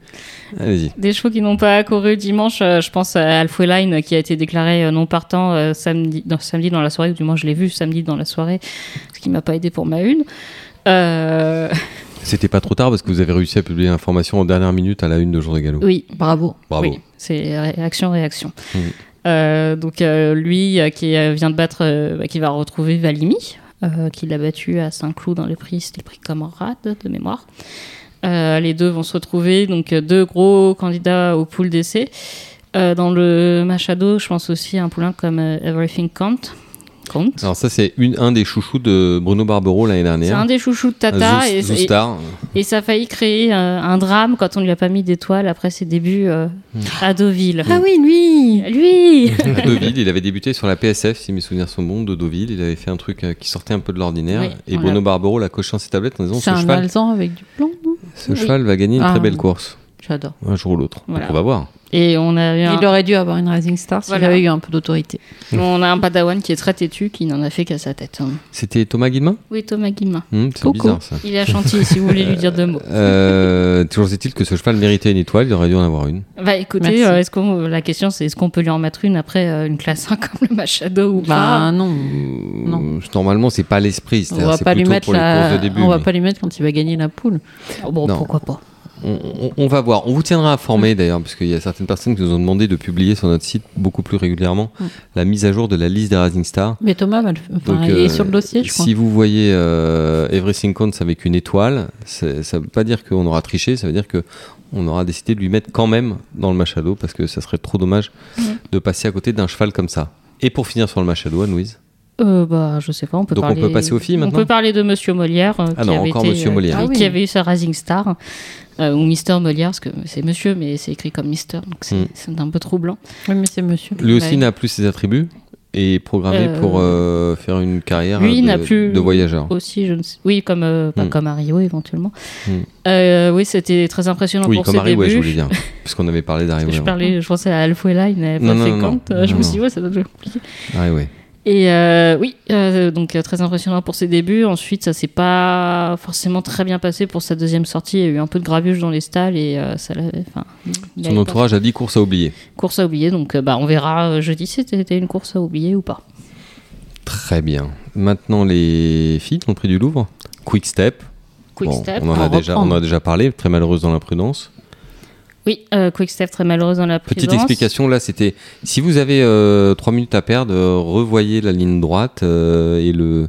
Allez-y. Des chevaux qui n'ont pas couru dimanche, euh, je pense à Alphaline qui a été déclaré euh, non partant euh, samedi, dans, samedi dans la soirée, ou du moins je l'ai vu samedi dans la soirée, ce qui m'a pas aidé pour ma une. Euh, C'était pas trop tard parce que vous avez réussi à publier l'information en dernière minute à la une de Jour de Galop. oui, Bravo. Bravo. oui, c'est réaction, réaction. Mhm. Euh, donc euh, lui euh, qui euh, vient de battre, euh, bah, qui va retrouver Valimi, euh, qui l'a battu à Saint-Cloud dans le prix, c'était le prix Camarade de mémoire. Euh, les deux vont se retrouver, donc euh, deux gros candidats au pool d'essai. Euh, dans le Machado, je pense aussi à un poulain comme euh, Everything Count. Count. Alors ça, c'est une- un des chouchous de Bruno Barbero l'année C'est dernière. un des chouchous de Tata et, et- [laughs] Zoustar. et ça a failli créer euh, un drame quand on lui a pas mis d'étoile après ses débuts euh, à Deauville. Ah oui, lui Lui À Deauville, il avait débuté sur la PSF, si mes souvenirs sont bons, de Deauville. Il avait fait un truc euh, qui sortait un peu de l'ordinaire. Oui, et on Bruno l'a- Barbero l'a coché en ses tablettes en disant C'est ce, un cheval, alzan avec du plomb, non ce cheval va gagner une Ah. très belle course, J'adore. un jour ou l'autre. Voilà. Donc on va voir. Et on a eu un, Il aurait dû avoir une Rising Star s'il Voilà. avait eu un peu d'autorité. on a un padawan qui est très têtu, qui n'en a fait qu'à sa tête. hein. C'était Thomas Guillemin Oui, Thomas Guillemin. Hum, C'est Coucou. bizarre ça. Il est à Chantilly, si vous voulez lui dire deux mots. Euh, toujours est-il que ce cheval méritait une étoile, il aurait dû en avoir une. Bah écoutez, Merci. euh, est-ce qu'on, la question c'est est-ce qu'on peut lui en mettre une après euh, une classe 1 [laughs] comme le Machado ou Bah non. Non. Euh, Normalement, c'est pas l'esprit. On c'est-à-dire va c'est pas lui plutôt mettre pour les la... courses de début. on va mais- pas lui mettre quand il va gagner la poule. pas Oh, Bon, Non. pourquoi pas on, on- on va voir. On vous tiendra Mm. informé d'ailleurs, parce qu'il y a certaines personnes qui nous ont demandé de publier sur notre site beaucoup plus régulièrement Mm. la mise à jour de la liste des Rising Stars. Mais Thomas va le faire. Enfin, Donc, il euh, est sur le dossier, je crois. Si vous voyez euh, Everything Counts avec une étoile, c'est- ça ne veut pas dire qu'on aura triché, ça veut dire que on aura décidé de lui mettre quand même dans le Machado parce que ça serait trop dommage Ouais. de passer à côté d'un cheval comme ça. Et pour finir sur le Machado, Anne-Louise, Euh, bah, je sais pas, on peut Donc on parler. peut passer au film, On maintenant peut parler de Monsieur Molière. euh, Ah qui non, avait encore été, Monsieur euh, Molière. qui- Ah oui. Qui avait eu sa Rising Star, euh, ou Mister Molière, parce que c'est Monsieur, mais c'est écrit comme Mister, donc c'est Mm. c'est un peu troublant. Oui, mais c'est monsieur. lui aussi Ouais. n'a plus ses attributs et est programmé Euh, pour euh, faire une carrière lui de, n'a plus- de voyageur. Aussi, je ne sais. Oui, comme, euh, pas Mm. comme Ario, éventuellement. Mm. Euh, oui, c'était très impressionnant Oui, pour comme ses Harry, ouais, je débuts. voulais dire, puisqu'on avait parlé d'Harry. je, Wayland. parlais, je pensais à Alfuela, il n'avait pas Non, non, fait non, Kant. non. euh, je Non, me suis dit, ouais, ça doit être compliqué. Ah Bah, ouais. Et euh, oui, euh, donc euh, très impressionnant pour ses débuts. Ensuite, ça s'est pas forcément très bien passé pour sa deuxième sortie. Il y a eu un peu de gravuge dans les stalles et euh, ça l'avait. Enfin, il Son avait pas- entourage a dit course à oublier. Course à oublier, donc euh, bah, on verra euh, jeudi si c'était une course à oublier ou pas. Très bien. Maintenant, les filles ont pris du Louvre. Quick Step. Quick Bon, Step. On en a à déjà, on en reprendre. a déjà parlé. Très malheureuse dans l'imprudence. Oui, euh, Quick Step très malheureuse dans la Petite prudence. explication là, c'était si vous avez euh, trois minutes à perdre, euh, revoyez la ligne droite euh, et le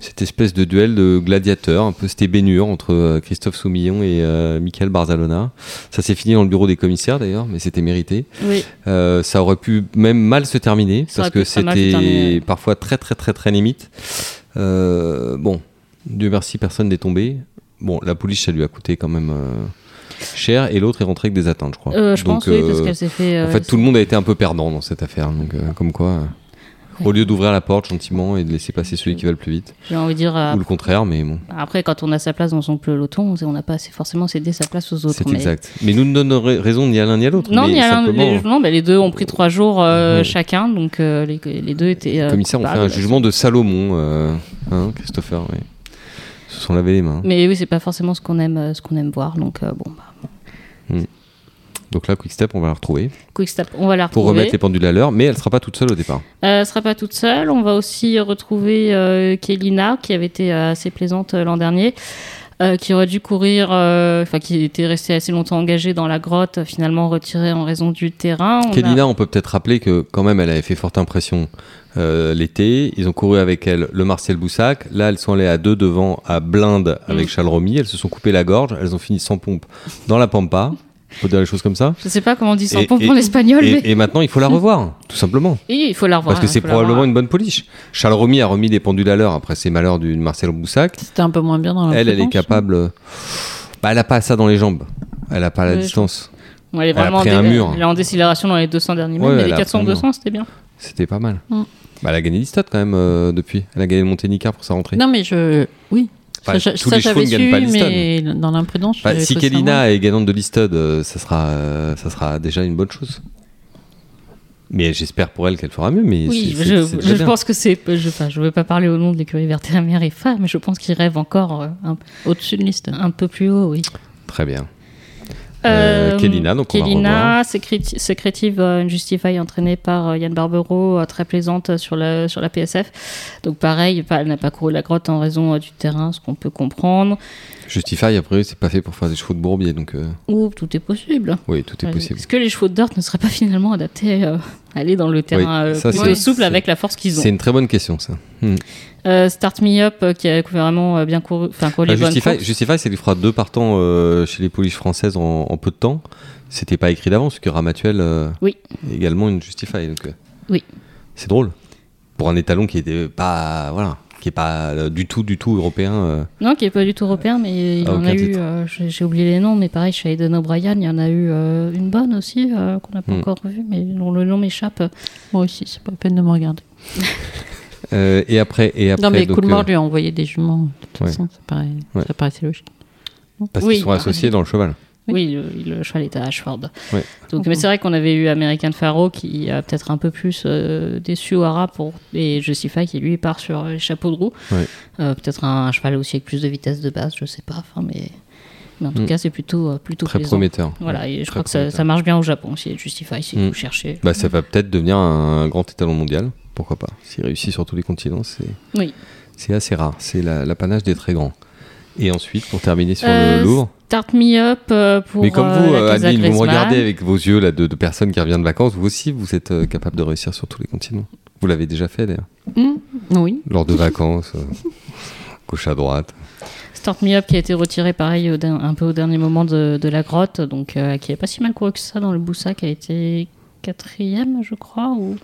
cette espèce de duel de gladiateurs, un peu c'était bénure entre euh, Christophe Soumillon et euh, Michael Barzalona. Ça s'est fini dans le bureau des commissaires d'ailleurs, mais c'était mérité. Oui, Euh, ça aurait pu même mal se terminer Ça parce aurait que pu très mal se c'était terminer. parfois très très très très limite. Euh, bon, Dieu merci, personne n'est tombé. Bon, la police, ça lui a coûté quand même euh, cher et l'autre est rentré avec des attentes, je crois. Euh, je Donc, pense, oui, parce euh, qu'elle s'est fait. en euh, fait, tout le monde a été un peu perdant dans cette affaire. Donc, euh, comme quoi, euh, Ouais. au lieu d'ouvrir la porte gentiment et de laisser passer celui qui va le plus vite, J'ai envie de dire. euh, ou le contraire, mais bon, Après, quand on a sa place dans son peloton, on n'a pas assez- forcément cédé sa place aux autres. c'est mais- exact. Mais nous ne donnons ra- raison ni à l'un ni à l'autre. Non, mais il y a l'un- simplement, les, non, mais les deux ont pris trois jours euh, Ouais. chacun, donc euh, les, les deux étaient. euh, les commissaires ont fait un coupables. jugement de Salomon, euh, hein, Christopher, oui. Ils se sont lavés les mains. Mais oui, c'est pas forcément ce qu'on aime, euh, ce qu'on aime voir. Donc euh, bon, bah, Donc là, Quick Step, on va la retrouver quick step, on va la pour retrouver. remettre les pendules à l'heure, mais elle sera pas toute seule au départ. Euh, elle sera pas toute seule. On va aussi retrouver euh, Kélina, qui avait été euh, assez plaisante euh, l'an dernier, euh, qui aurait dû courir, euh, enfin qui était restée assez longtemps engagée dans la grotte, euh, finalement retirée en raison du terrain. On a- Kélina, on peut peut-être rappeler que quand même, elle avait fait forte impression euh, l'été. Ils ont couru avec elle le Marcel Boussac. Là, elles sont allées à deux devant à Blinde avec Mm. Charles Romy. Elles se sont coupées la gorge. Elles ont fini sans pompe dans la Pampa. Faut dire les choses comme ça. Je sais pas comment on dit sans Et- pompe et- en espagnol, mais Et, et maintenant, il faut la revoir, tout simplement. Et il faut la revoir. parce que hein, c'est faut la revoir. probablement une bonne police. Charles Romy a remis des pendules à l'heure après ses malheurs du Marcel Boussac. C'était un peu moins bien dans la Elle, elle est prudence. capable. Bah, elle a pas ça dans les jambes. Elle a pas la Ouais, je- distance. Bon, elle est Elle a vraiment pris en, un dé- mur. elle est en décélération dans les 200 derniers Ouais, mètres, mais elle les a 400 pris un mur. 200 c'était bien. C'était pas mal. Mm. Bah, elle a gagné l'Istat quand même euh, depuis. Elle a gagné le Monténicard pour sa rentrée. Non, mais je. Oui. Enfin, ça, tous ça, les chevaux j'avais ne gagnent su, pas l'Easton. mais dans l'imprudence, Bah, j'avais si trouvé ça moins. Kélina est gagnante de l'Istod, euh, ça, sera, euh, ça sera déjà une bonne chose. Mais j'espère pour elle qu'elle fera mieux. Mais Oui, c'est- c'est- je, c'est je déjà bien. pense que c'est. Je, enfin, je veux pas parler au nom de l'écurie vertémère et femmes, mais je pense qu'ils rêvent encore euh, un, Au-dessus de l'Easton. un peu plus haut, oui. Très bien. Euh, Kélina, donc on va Kélina, Secret- Secretive euh, Unjustified, entraînée par euh, Yann Barbero, euh, très plaisante euh, sur la, sur la PSF. Donc pareil, pas- elle n'a pas couru la grotte en raison euh, du terrain, ce qu'on peut comprendre. Justify, après, c'est pas fait pour faire des chevaux de bourbier. Donc euh, Ou tout est possible. oui, tout est Ouais, possible. Est-ce que les chevaux de dirt ne seraient pas finalement adaptés euh, à aller dans le terrain euh, ça, plutôt c'est- souple c'est- avec la force qu'ils ont C'est une très bonne question, ça. Euh, Start Me Up euh, qui a vraiment euh, bien couru, enfin couru Bah, les bonnes Justify, courses. Justify, c'est qu'il fera deux partants euh, chez les polices françaises en, en peu de temps. C'était pas écrit d'avance, que Ramatuel euh, Oui. est également une Justify. Donc, euh, Oui. C'est drôle. Pour un étalon qui était pas. Voilà. Qui est pas euh, du tout, du tout européen. euh, Non, qui est pas du tout européen, mais il Ah, en aucun a eu. titre. euh, J'ai j'ai oublié les noms, mais pareil chez Aiden O'Brien, il y en a eu euh, une bonne aussi euh, qu'on n'a pas Hmm. encore revue, mais dont le nom m'échappe. Moi aussi, c'est pas la peine de me regarder. Euh, et après, et après non, mais donc, Coolmore euh, lui a envoyé des juments. De toute Ouais. façon, ça, paraît, Ouais. ça paraissait logique. parce Oui, qu'ils sont associés dans le cheval. Oui, le, le cheval était à Ashford. Ouais. Donc, mais c'est vrai qu'on avait eu American Pharaoh qui a peut-être un peu plus euh, déçu O'Hara pour et Justify qui lui part sur les chapeaux de roue. Ouais. Euh, peut-être un, cheval aussi avec plus de vitesse de base, je sais pas. Enfin, mais, mais en tout Mm. cas, c'est plutôt euh, plutôt Très plaisant. prometteur. Voilà, et je Très crois que ça, prometteur. ça marche bien au Japon si Justify, si Mm. vous cherchez. Bah, ça va peut-être devenir un grand étalon mondial. Pourquoi pas S'il réussit sur tous les continents, c'est Oui. c'est assez rare. C'est la- l'apanage des très grands. Et ensuite, pour terminer sur Euh, le Louvre. Start Me Up euh, pour. Mais comme euh, vous, la euh, Casa Adeline, vous me Griezmann. regardez avec vos yeux là, de, de personnes qui reviennent de vacances, vous aussi, vous êtes euh, capable de réussir sur tous les continents. Vous l'avez déjà fait d'ailleurs, Hmm, oui. lors de vacances, euh, [laughs] gauche à droite. Start Me Up qui a été retiré pareil au der- un peu au dernier moment de, de la grotte, donc euh, qui n'a pas si mal couru que ça dans le Boussa, qui a été quatrième, je crois. Ou...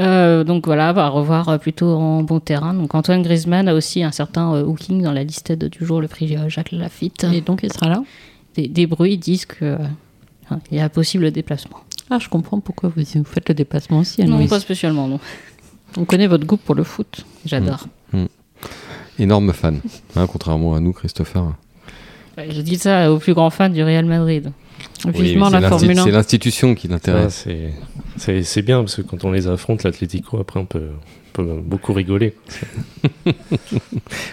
Euh, donc voilà, va revoir euh, plutôt en bon terrain. Donc Antoine Griezmann a aussi un certain euh, hooking dans la liste de, du jour, le prix euh, Jacques Lafitte. Et donc, il sera là. Des, des bruits disent que euh, il y a possible déplacement. Ah, je comprends pourquoi vous, vous faites le déplacement aussi, Non, Anne-Louise. pas spécialement, non. On connaît votre goût pour le foot. J'adore. Énorme fan, hein, contrairement à nous, Christopher. Ouais, Je dis ça aux plus grands fans du Real Madrid. Vivement c'est la l'insti- Formule 1. C'est l'institution qui Ça, l'intéresse. C'est c'est- c'est bien parce que quand on les affronte, l'Atlético, après, on peut, on peut beaucoup rigoler. Vous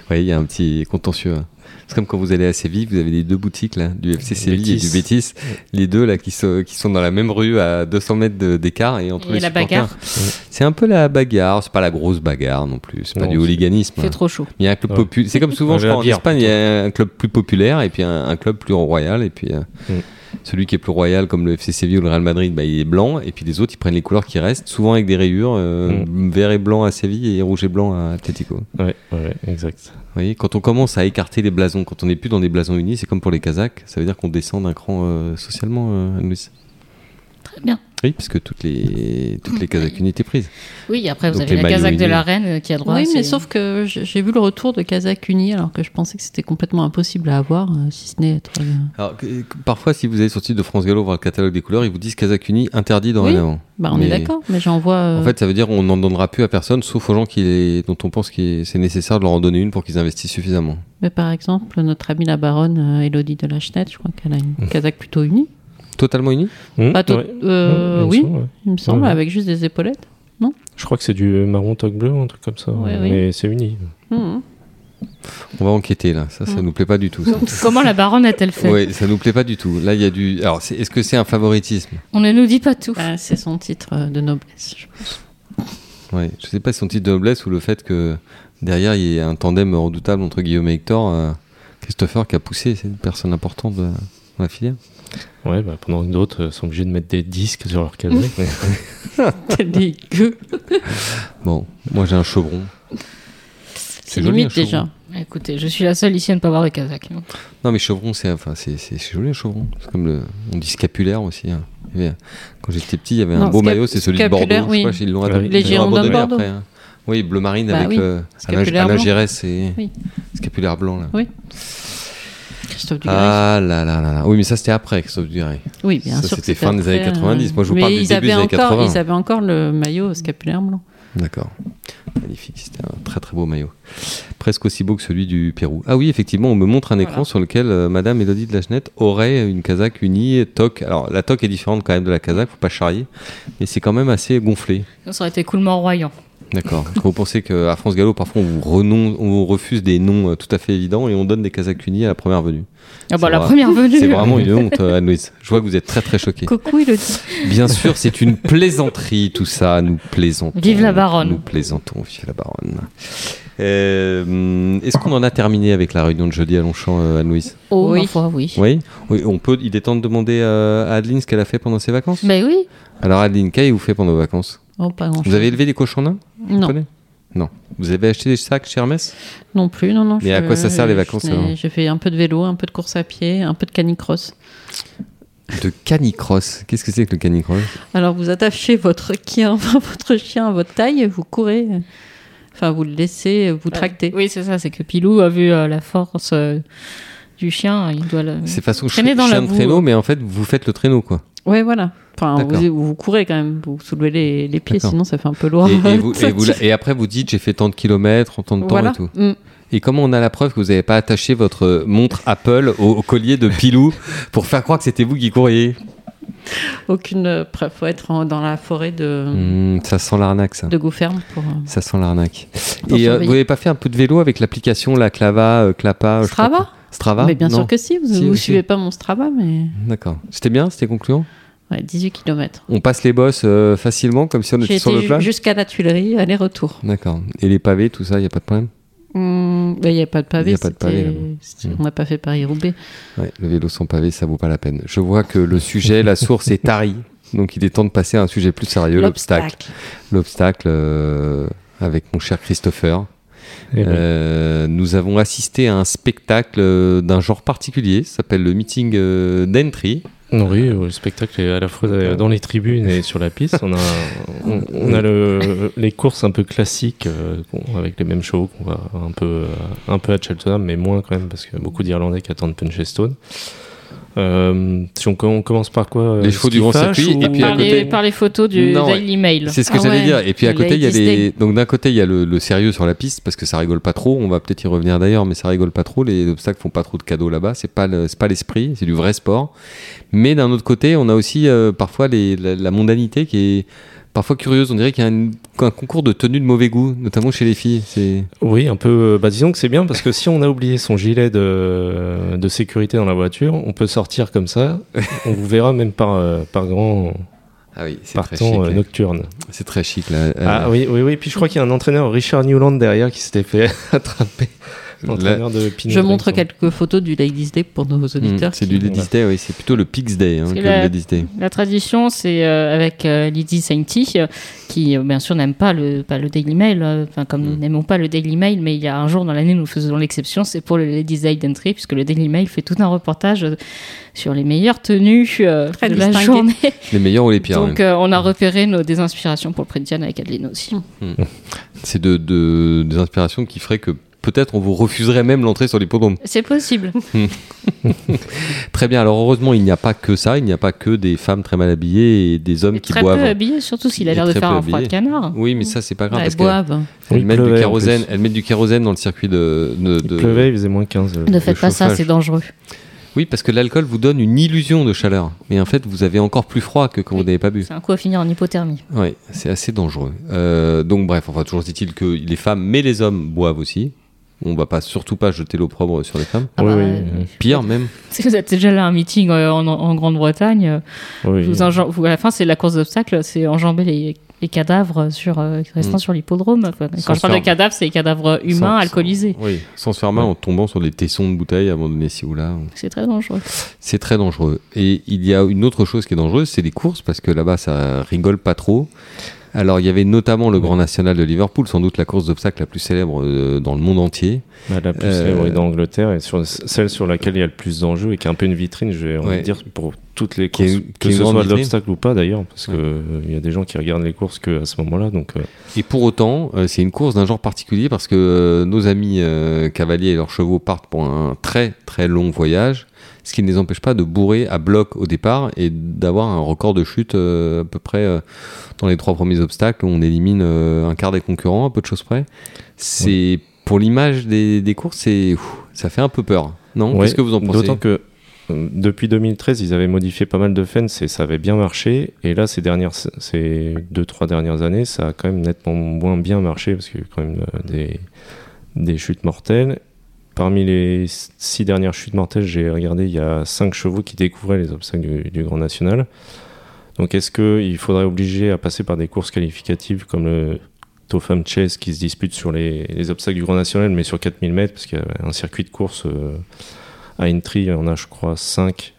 voyez, il y a un petit contentieux. hein. C'est comme quand vous allez à Séville, vous avez les deux boutiques là, du FC Séville Bétis. et du Bétis, les deux là qui, se- qui sont dans la même rue à 200 mètres de- d'écart et entre Et les la supporters. bagarre. C'est un peu la bagarre, c'est pas la grosse bagarre non plus, c'est pas Non, du c'est- hooliganisme. Il fait trop chaud. Il y a un club Ouais. popu- C'est comme souvent, Ouais, je la crois, en bière, Espagne, il y a un club plus populaire et puis un, un club plus royal. Et puis euh, Mm. celui qui est plus royal, comme le FC Séville ou le Real Madrid, bah, il est blanc. Et puis les autres, ils prennent les couleurs qui restent, souvent avec des rayures euh, Mm. vert et blanc à Séville et rouge et blanc à Atlético. Vous Ouais, ouais, exact. voyez, quand on commence à écarter les blasons, quand on n'est plus dans des blasons unis, c'est comme pour les Kazakhs, ça veut dire qu'on descend d'un cran euh, socialement, euh, Anne-Louise. Très bien. Oui, parce que toutes les, toutes les Kazakhs unis étaient prises. Oui, après, vous Donc les avez la maillots casaque de unis. la reine euh, qui a droit à oui, mais ses- sauf que j- j'ai vu le retour de Kazakh uni alors que je pensais que c'était complètement impossible à avoir, euh, si ce n'est être. euh, Alors, que- que- parfois, si vous allez sur le site de France Gallo voir le catalogue des couleurs, ils vous disent Kazakh unis interdit dans Oui. l'avant. Bah, on Mais- est d'accord, mais j'en vois. euh, En fait, ça veut dire qu'on n'en donnera plus à personne, sauf aux gens qui les- dont on pense que c'est nécessaire de leur en donner une pour qu'ils investissent suffisamment. mais par exemple, notre amie la baronne euh, Elodie de la Chenette, je crois qu'elle a une Mmh. Kazakh plutôt unie. Totalement unis Hum, Pas tout- ouais. euh, Ouais, il me oui, semble, ouais. il me semble, Ouais. avec juste des épaulettes. Je crois que c'est du marron toque bleu, un truc comme ça. Ouais, oui. mais c'est uni. Mhm. On va enquêter là. Ça, ça nous plaît pas du tout. Ça. [laughs] [laughs] Comment la baronne a-t-elle fait Oui, ça nous plaît pas du tout. Là, il y a du. Alors, c'est- est-ce que c'est un favoritisme On ne nous dit pas tout. Bah, c'est son titre euh, de noblesse. je pense. ouais. Je sais pas si son titre de noblesse ou le fait que derrière il y a un tandem redoutable entre Guillaume et Hector, euh, Christopher qui a poussé, c'est une personne importante euh, dans la filière. Ouais, bah, pendant que d'autres euh, sont obligés de mettre des disques sur leur Mmh. casaque. mais- Quelle dégueu. Bon, moi j'ai un chevron. C'est joli, limite un déjà. Bah, Écoutez, je suis la seule ici à ne pas avoir de casaque. hein. Non, mais chevron, c'est enfin, c'est- c'est c'est joli un chevron. C'est comme le, on dit scapulaire aussi. hein. Il y avait- quand j'étais petit, il y avait un Non, beau scap- maillot, c'est celui de Bordeaux. scapulaire, Je sais pas oui. s'ils l'ont Ah oui. adopté- Les ils l'ont Girondins de abandonné Bordeaux. après, hein. Oui, bleu marine Bah avec euh, oui, le- Alain, scapulaire Alain blanc. Giresse et Oui. scapulaire blanc. Là. Christophe Dugré. Ah là là là là. Oui, mais ça c'était après, sauf du Ré. oui, bien ça, sûr. c'était que fin des après, années 90. Moi, je vous euh, mais parle du début ils des avaient années encore- 80. Ils avaient encore le maillot scapulaire blanc. D'accord. Magnifique, c'était un très très beau maillot. Presque aussi beau que celui du Pérou. Ah oui, effectivement, on me montre un écran Voilà. sur lequel euh, Madame Elodie de la Chenette aurait une casaque unie, toque. Alors la toque est différente quand même de la casaque, faut pas charrier, mais c'est quand même assez gonflé. Ça aurait été coolement royant. D'accord. Est-ce que vous pensez qu'à France Gallo, parfois on vous, renonce- on vous refuse des noms euh, tout à fait évidents et on donne des casaques unies à la première venue Ah bah C'est la vrai. première venue C'est vraiment une honte, euh, Anne-Louise. Je vois que vous êtes très très choquée. Coucou, Elodie. Bien sûr, c'est une plaisanterie tout ça, nous plaisantons. Vive la baronne. Nous plaisantons, vive la baronne. Euh, Est-ce qu'on en a terminé avec la réunion de jeudi à Longchamp, euh, Anne-Louise Oh, Oui. ma foi, oui. oui, oui, on peut. Il est temps de demander euh, à Adeline ce qu'elle a fait pendant ses vacances. Mais Bah oui, Alors Adeline, qu'avez-vous fait pendant vos vacances Oh, pas grand Vous avez élevé des cochons nains vous Non, connaissez Non. Vous avez acheté des sacs chez Hermès non plus. Non, non, Mais je- à quoi ça sert, les je- vacances, je- alors J'ai fait un peu de vélo, un peu de course à pied, un peu de canicross. De canicross. Qu'est-ce que c'est que le canicross Alors, vous attachez votre chien, [laughs] votre chien à votre taille et vous courez. Enfin, vous le laissez, vous tractez. Oui, c'est ça, c'est que Pilou a vu euh, la force euh, du chien, il doit le... C'est façon Traîner ch- dans la chien de boue, hein. traîneau, mais en fait, vous faites le traîneau, quoi. Ouais, voilà. Enfin, D'accord. vous, vous courez quand même, vous soulevez les, les pieds, D'accord. sinon ça fait un peu lourd. Et, et [laughs] vous- et vous- Ça tire. et après, vous dites, j'ai fait tant de kilomètres, en tant de temps Voilà. et tout. Mm. Et comment on a la preuve que vous n'avez pas attaché votre euh, montre Apple au, au collier de [laughs] Pilou pour faire croire que c'était vous qui couriez Aucune euh, preuve. Faut être en- dans la forêt de, Hmm, Ça sent l'arnaque, ça. de Gouferme pour. euh, Ça sent l'arnaque. Pour Et euh, surveiller. vous n'avez pas fait un peu de vélo avec l'application la Clava, euh, Clapa euh, je sais Strava pas quoi. Strava Mais bien Non. sûr que si, vous, Si, vous oui, si. suivez pas mon Strava, mais. D'accord. C'était bien, c'était concluant. Ouais, 18 km. On passe les bosses euh, facilement, comme si on J'ai était sur été le ju- plat. jusqu'à la Tuilerie, aller-retour. D'accord. Et les pavés, tout ça, il n'y a pas de problème Hum, ben, Il n'y a pas de pavé. Hmm. Il y a pas de c'était- pavé, là-bas. c'était- Mm. On n'a pas fait Paris-Roubaix. Ouais, le vélo sans pavé, ça vaut pas la peine. Je vois que le sujet, la source est tarie. Donc il est temps de passer à un sujet plus sérieux, l'obstacle. L'obstacle, euh, avec mon cher Christopher. Eh ben, Euh, nous avons assisté à un spectacle euh, d'un genre particulier, ça s'appelle le meeting euh, d'entry. non, oui, euh, le spectacle est à la fois euh, dans les tribunes et sur la piste. On a, on, on a le, les courses un peu classiques euh, qu'on- avec les mêmes chevaux qu'on va un peu, euh, un peu à Cheltenham, mais moins quand même parce qu'il y a beaucoup d'Irlandais qui attendent Punchestone. Euh, si on, com- on commence par quoi euh, Les chevaux ce du qui grand fâche circuit, et puis à par, les, côté- par les photos du Non, Daily Mail. C'est ce que Ah j'allais ouais. dire. Et puis à Le côté, il y a Ladies' les. Donc d'un côté, il y a le, le sérieux sur la piste parce que ça rigole pas trop. On va peut-être y revenir d'ailleurs, mais ça rigole pas trop. Les obstacles font pas trop de cadeaux là-bas. C'est pas le- c'est pas l'esprit. C'est du vrai sport. Mais d'un autre côté, on a aussi euh, parfois les- la, la mondanité qui est parfois curieuse. On dirait qu'il y a une- un concours de tenue de mauvais goût, notamment chez les filles. C'est Oui, un peu. euh, Bah, disons que c'est bien parce que si on a oublié son gilet de, de sécurité dans la voiture, on peut sortir [laughs] comme ça. on vous verra même par, euh, par grand ah oui, c'est par temps euh, nocturne. C'est très chic là. Euh, Ah oui, oui, oui. Puis je crois qu'il y a un entraîneur, Richard Newland, derrière qui s'était fait [laughs] attraper. L'entraîneur de Pino Je montre Drinks. quelques photos du Ladies Day pour nos auditeurs. hein. Hmm, hum, c'est qui- du Ladies Day, oui, c'est plutôt le Pig's Day hein, C'est que la- le Ladies Day. La tradition, c'est euh, avec euh, Lydie Sainty, euh, qui euh, bien sûr n'aime pas le, pas le Daily Mail, euh, enfin comme nous Mm. n'aimons pas le Daily Mail, mais il y a un jour dans l'année, nous faisons l'exception, c'est pour le Ladies' Day d'Entry, puisque le Daily Mail fait tout un reportage euh, sur les meilleures tenues euh, Très de la distingué. journée. [laughs] Les meilleurs ou les pires. hein. Donc euh, on a repéré nos désinspirations pour le Prédiane avec Adeline aussi. C'est de, de- des inspirations qui feraient que peut-être on vous refuserait même l'entrée sur l'hippodrome. C'est possible. Très bien, alors heureusement, il n'y a pas que ça, il n'y a pas que des femmes très mal habillées et des hommes Et qui très boivent. peu habillé, surtout s'il a Il l'air est de très faire peu un froid de habillé. canard. Oui, mais ça, c'est pas grave parce Elles Hmm. qu'elles boivent. Oui, elles il mettent, du pleuvait, en kérosène- plus. elles mettent du kérosène dans le circuit de. de- de- Il pleuvait, il faisait moins 15. euh, Ne le faites pas ça, chauffage. c'est dangereux. Oui, parce que l'alcool vous donne une illusion de chaleur. Mais en fait, vous avez encore plus froid que quand vous Oui. n'avez pas bu. C'est un coup à finir en hypothermie. Oui, c'est assez dangereux. Euh, donc bref, enfin toujours dit-il que les femmes, mais les hommes boivent aussi. On va pas surtout pas jeter l'opprobre sur les femmes. Ah oui, bah, oui, euh, oui, Pire même. [laughs] Si vous êtes déjà allé à un meeting euh, en, en Grande-Bretagne, euh, oui. vous enjam- vous- à la fin, c'est la course d'obstacles, c'est enjamber les, les cadavres sur, euh, qui restent Mm. sur l'hippodrome. Enfin, Sans Quand je parle faire- de cadavres, c'est les cadavres humains Sans- alcoolisés. sans- oui, sans se faire mal en tombant sur des tessons de bouteilles abandonnés ci ou oh là. C'est très dangereux. C'est très dangereux. Et il y a une autre chose qui est dangereuse, c'est les courses, parce que là-bas, ça rigole pas trop. Alors, il y avait notamment le Grand National de Liverpool, sans doute la course d'obstacles la plus célèbre euh, dans le monde entier. Bah, la plus Euh, célèbre est d'Angleterre et sur, celle sur laquelle il y a le plus d'enjeux et qui est un peu une vitrine, je vais envie Ouais. de dire, pour toutes les Qui est courses, une- qui que est une ce grande soit de vitrine. l'obstacle ou pas d'ailleurs, parce Ouais. que euh, il y a des gens qui regardent les courses que à ce moment-là. Donc, euh, Et pour autant, euh, c'est une course d'un genre particulier parce que euh, nos amis euh, cavaliers et leurs chevaux partent pour un très très long voyage, ce qui ne les empêche pas de bourrer à bloc au départ et d'avoir un record de chute euh, à peu près euh, dans les trois premiers obstacles. On élimine euh, un quart des concurrents, à peu de choses près. C'est pour l'image des, des courses, c'est ouf, ça fait un peu peur, non Ouais, Qu'est-ce que vous en pensez D'autant que euh, depuis 2013, ils avaient modifié pas mal de fence et ça avait bien marché. Et là, ces dernières, ces deux trois dernières années, ça a quand même nettement moins bien marché parce qu'il y a eu quand même euh, des des chutes mortelles. Parmi les six dernières chutes mortelles, j'ai regardé, il y a cinq chevaux qui découvraient les obstacles du, du Grand National. Donc, est-ce qu'il faudrait obliger à passer par des courses qualificatives comme le Tofam Chase qui se dispute sur les, les obstacles du Grand National, mais sur 4000 mètres, parce qu'il y a un circuit de course euh, à Entry, on a, je crois, 5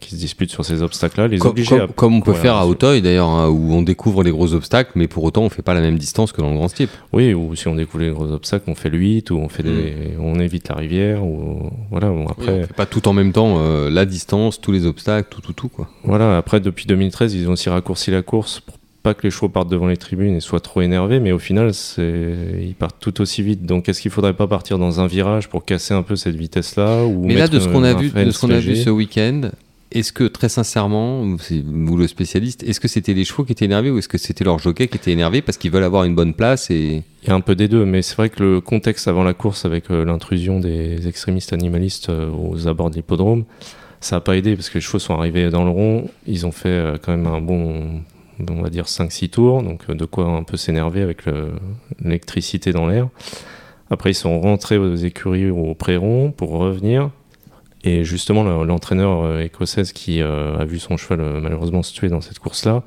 qui se disputent sur ces obstacles-là. Les comme, obliger comme- comme on peut Voilà, faire à monsieur. Auteuil d'ailleurs, hein, où on découvre les gros obstacles, mais pour autant on fait pas la même distance que dans le grand steep. à... Oui, ou si on découvre les gros obstacles, on fait le 8, ou on, fait des, on évite la rivière, ou voilà, bon, Oui, après... on fait pas tout en même temps, euh, la distance, tous les obstacles, tout, tout, tout, quoi. Voilà, après, depuis 2013, ils ont aussi raccourci la course pour pas que les chevaux partent devant les tribunes et soient trop énervés, mais au final, c'est- ils partent tout aussi vite. Donc, est-ce qu'il faudrait pas partir dans un virage pour casser un peu cette vitesse-là ou Mais là, de mettre ce qu'on a un vu, de fence ce qu'on a vu léger ce week-end, est-ce que très sincèrement, c'est vous le spécialiste, est-ce que c'était les chevaux qui étaient énervés ou est-ce que c'était leur jockey qui était énervé parce qu'ils veulent avoir une bonne place et Il y a un peu des deux, mais c'est vrai que le contexte avant la course, avec euh, l'intrusion des extrémistes animalistes euh, aux abords de l'hippodrome, ça n'a pas aidé parce que les chevaux sont arrivés dans le rond. Ils ont fait euh, quand même un bon, on va dire 5-6 tours, donc euh, de quoi un peu s'énerver avec le- l'électricité dans l'air. Après, ils sont rentrés aux écuries au pré-rond pour revenir. Et justement, le- l'entraîneur euh, écossaise qui euh, a vu son cheval euh, malheureusement se tuer dans cette course-là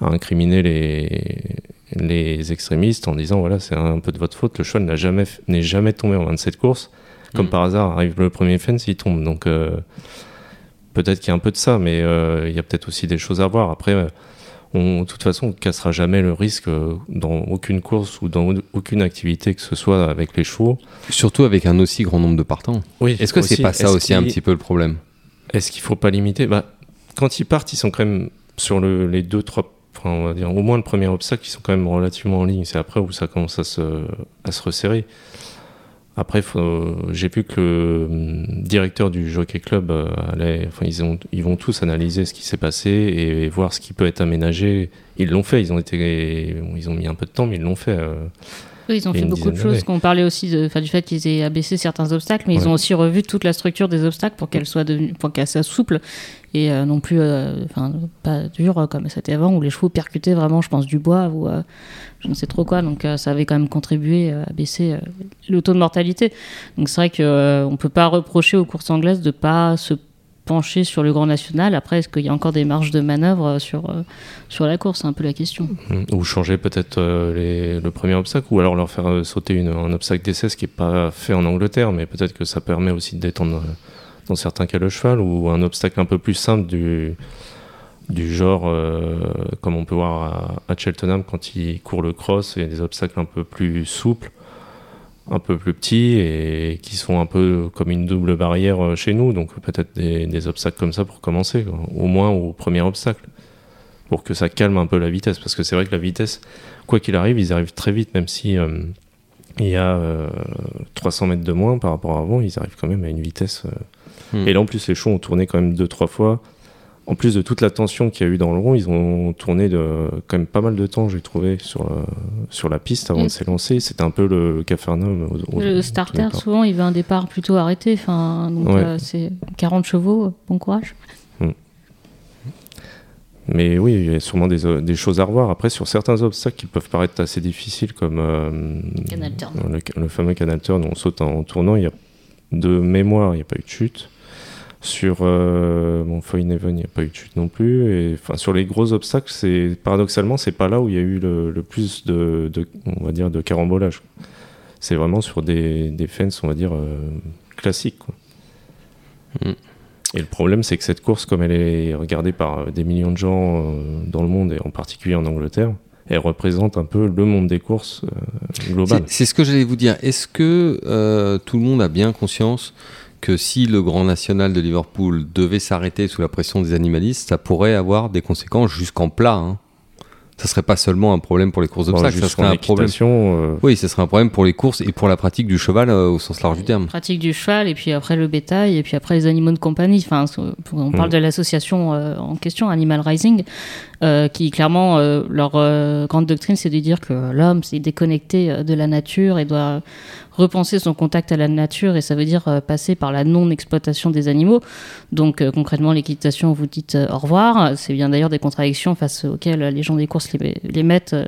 a incriminé les, les extrémistes en disant voilà, c'est un peu de votre faute, le cheval n'a jamais f- n'est jamais tombé en 27 courses. Comme Mhm. par hasard, arrive le premier fence, il tombe. Donc euh, peut-être qu'il y a un peu de ça, mais euh, il y a peut-être aussi des choses à voir. Après, euh, on, de toute façon, on ne cassera jamais le risque euh, dans aucune course ou dans au- aucune activité que ce soit avec les chevaux. Surtout avec un aussi grand nombre de partants. Oui, Est-ce que c'est pas ça aussi un petit peu le problème Est-ce qu'il faut pas limiter bah, Quand ils partent, ils sont quand même sur le- les deux, trois, enfin, on va dire au moins le premier obstacle, ils sont quand même relativement en ligne. C'est après où ça commence à se, à se resserrer. Après, faut- j'ai vu que le hum, directeur du Jockey Club, euh, allait- enfin, ils, ont, ils vont tous analyser ce qui s'est passé et, voir ce qui peut être aménagé. Ils l'ont fait, ils ont, été, ils ont mis un peu de temps, mais ils l'ont fait. euh. Oui, ils ont Il y fait a une beaucoup de dizaine choses. d'années. qu'on parlait aussi de, enfin, du fait qu'ils aient abaissé certains obstacles, mais ils Ouais. ont aussi revu toute la structure des obstacles pour qu'elle soit devenue, pour qu'elle soit souple et euh, non plus, euh, enfin, pas dure euh, comme c'était avant où les chevaux percutaient vraiment, je pense, du bois ou euh, je ne sais trop quoi. Donc euh, ça avait quand même contribué euh, à baisser euh, le taux de mortalité. Donc c'est vrai que euh, on peut pas reprocher aux courses anglaises de pas se pencher sur le Grand National. Après, est-ce qu'il y a encore des marges de manœuvre euh, sur euh, sur la course C'est un peu la question. Mm. Ou changer peut-être euh, les- le premier obstacle, ou alors leur faire euh, sauter une- un obstacle d'essai, ce qui n'est pas fait en Angleterre, mais peut-être que ça permet aussi de détendre euh, dans certains cas le cheval, ou un obstacle un peu plus simple du, du genre, euh, comme on peut voir à, à Cheltenham quand il court le cross, il y a des obstacles un peu plus souples, un peu plus petits, et qui sont un peu comme une double barrière euh, chez nous, donc peut-être des, des obstacles comme ça pour commencer, quoi. au moins au premier obstacle pour que ça calme un peu la vitesse. Parce que c'est vrai que la vitesse, quoi qu'il arrive, ils arrivent très vite, même si euh, il y a euh, 300 mètres de moins par rapport à avant, ils arrivent quand même à une vitesse. euh. Hmm. Et là, en plus, les chevaux ont tourné quand même deux, trois fois. En plus de toute la tension qu'il y a eu dans le rond, ils ont tourné de, quand même pas mal de temps, j'ai trouvé, sur, euh, sur la piste avant Mm. de s'élancer. C'était un peu le Cafarnaum. au- au- Le au starter, départ. souvent, il veut un départ plutôt arrêté. Enfin, donc, Ouais. euh, c'est 40 chevaux, euh, bon courage. Mais oui, il y a sûrement des, o- des choses à revoir. Après, sur certains obstacles qui peuvent paraître assez difficiles, comme euh, Canal turn. le, le fameux canal turn, on saute en, en tournant, il y a de mémoire, il n'y a pas eu de chute. Sur euh, bon, Foyneven, il n'y a pas eu de chute non plus. Et, enfin, sur les gros obstacles, c'est paradoxalement, c'est pas là où il y a eu le, le plus de, de- on va dire, de carambolage. C'est vraiment sur des, des fences, on va dire, euh, classiques. quoi. Mm. Et le problème, c'est que cette course, comme elle est regardée par euh, des millions de gens euh, dans le monde, et en particulier en Angleterre, elle représente un peu le monde des courses euh, global. C'est- C'est ce que j'allais vous dire. Est-ce que euh, tout le monde a bien conscience que si le Grand National de Liverpool devait s'arrêter sous la pression des animalistes, ça pourrait avoir des conséquences jusqu'en plat hein. Ça serait pas seulement un problème pour les courses Bon, d'obstacles, ça jusqu'en serait un problème. équitation, euh, Oui, ça serait un problème pour les courses et pour la pratique du cheval euh, au sens large du terme. Pratique du cheval, et puis après le bétail, et puis après les animaux de compagnie. Enfin, so- on parle Mm. de l'association euh, en question, Animal Rising, euh, qui clairement, euh, leur euh, grande doctrine, c'est de dire que l'homme s'est déconnecté euh, de la nature et doit repenser son contact à la nature, et ça veut dire euh, passer par la non-exploitation des animaux. Donc euh, concrètement, l'équitation, vous dites euh, au revoir. C'est bien d'ailleurs des contradictions face auxquelles euh, les gens des courses les, les mettent euh,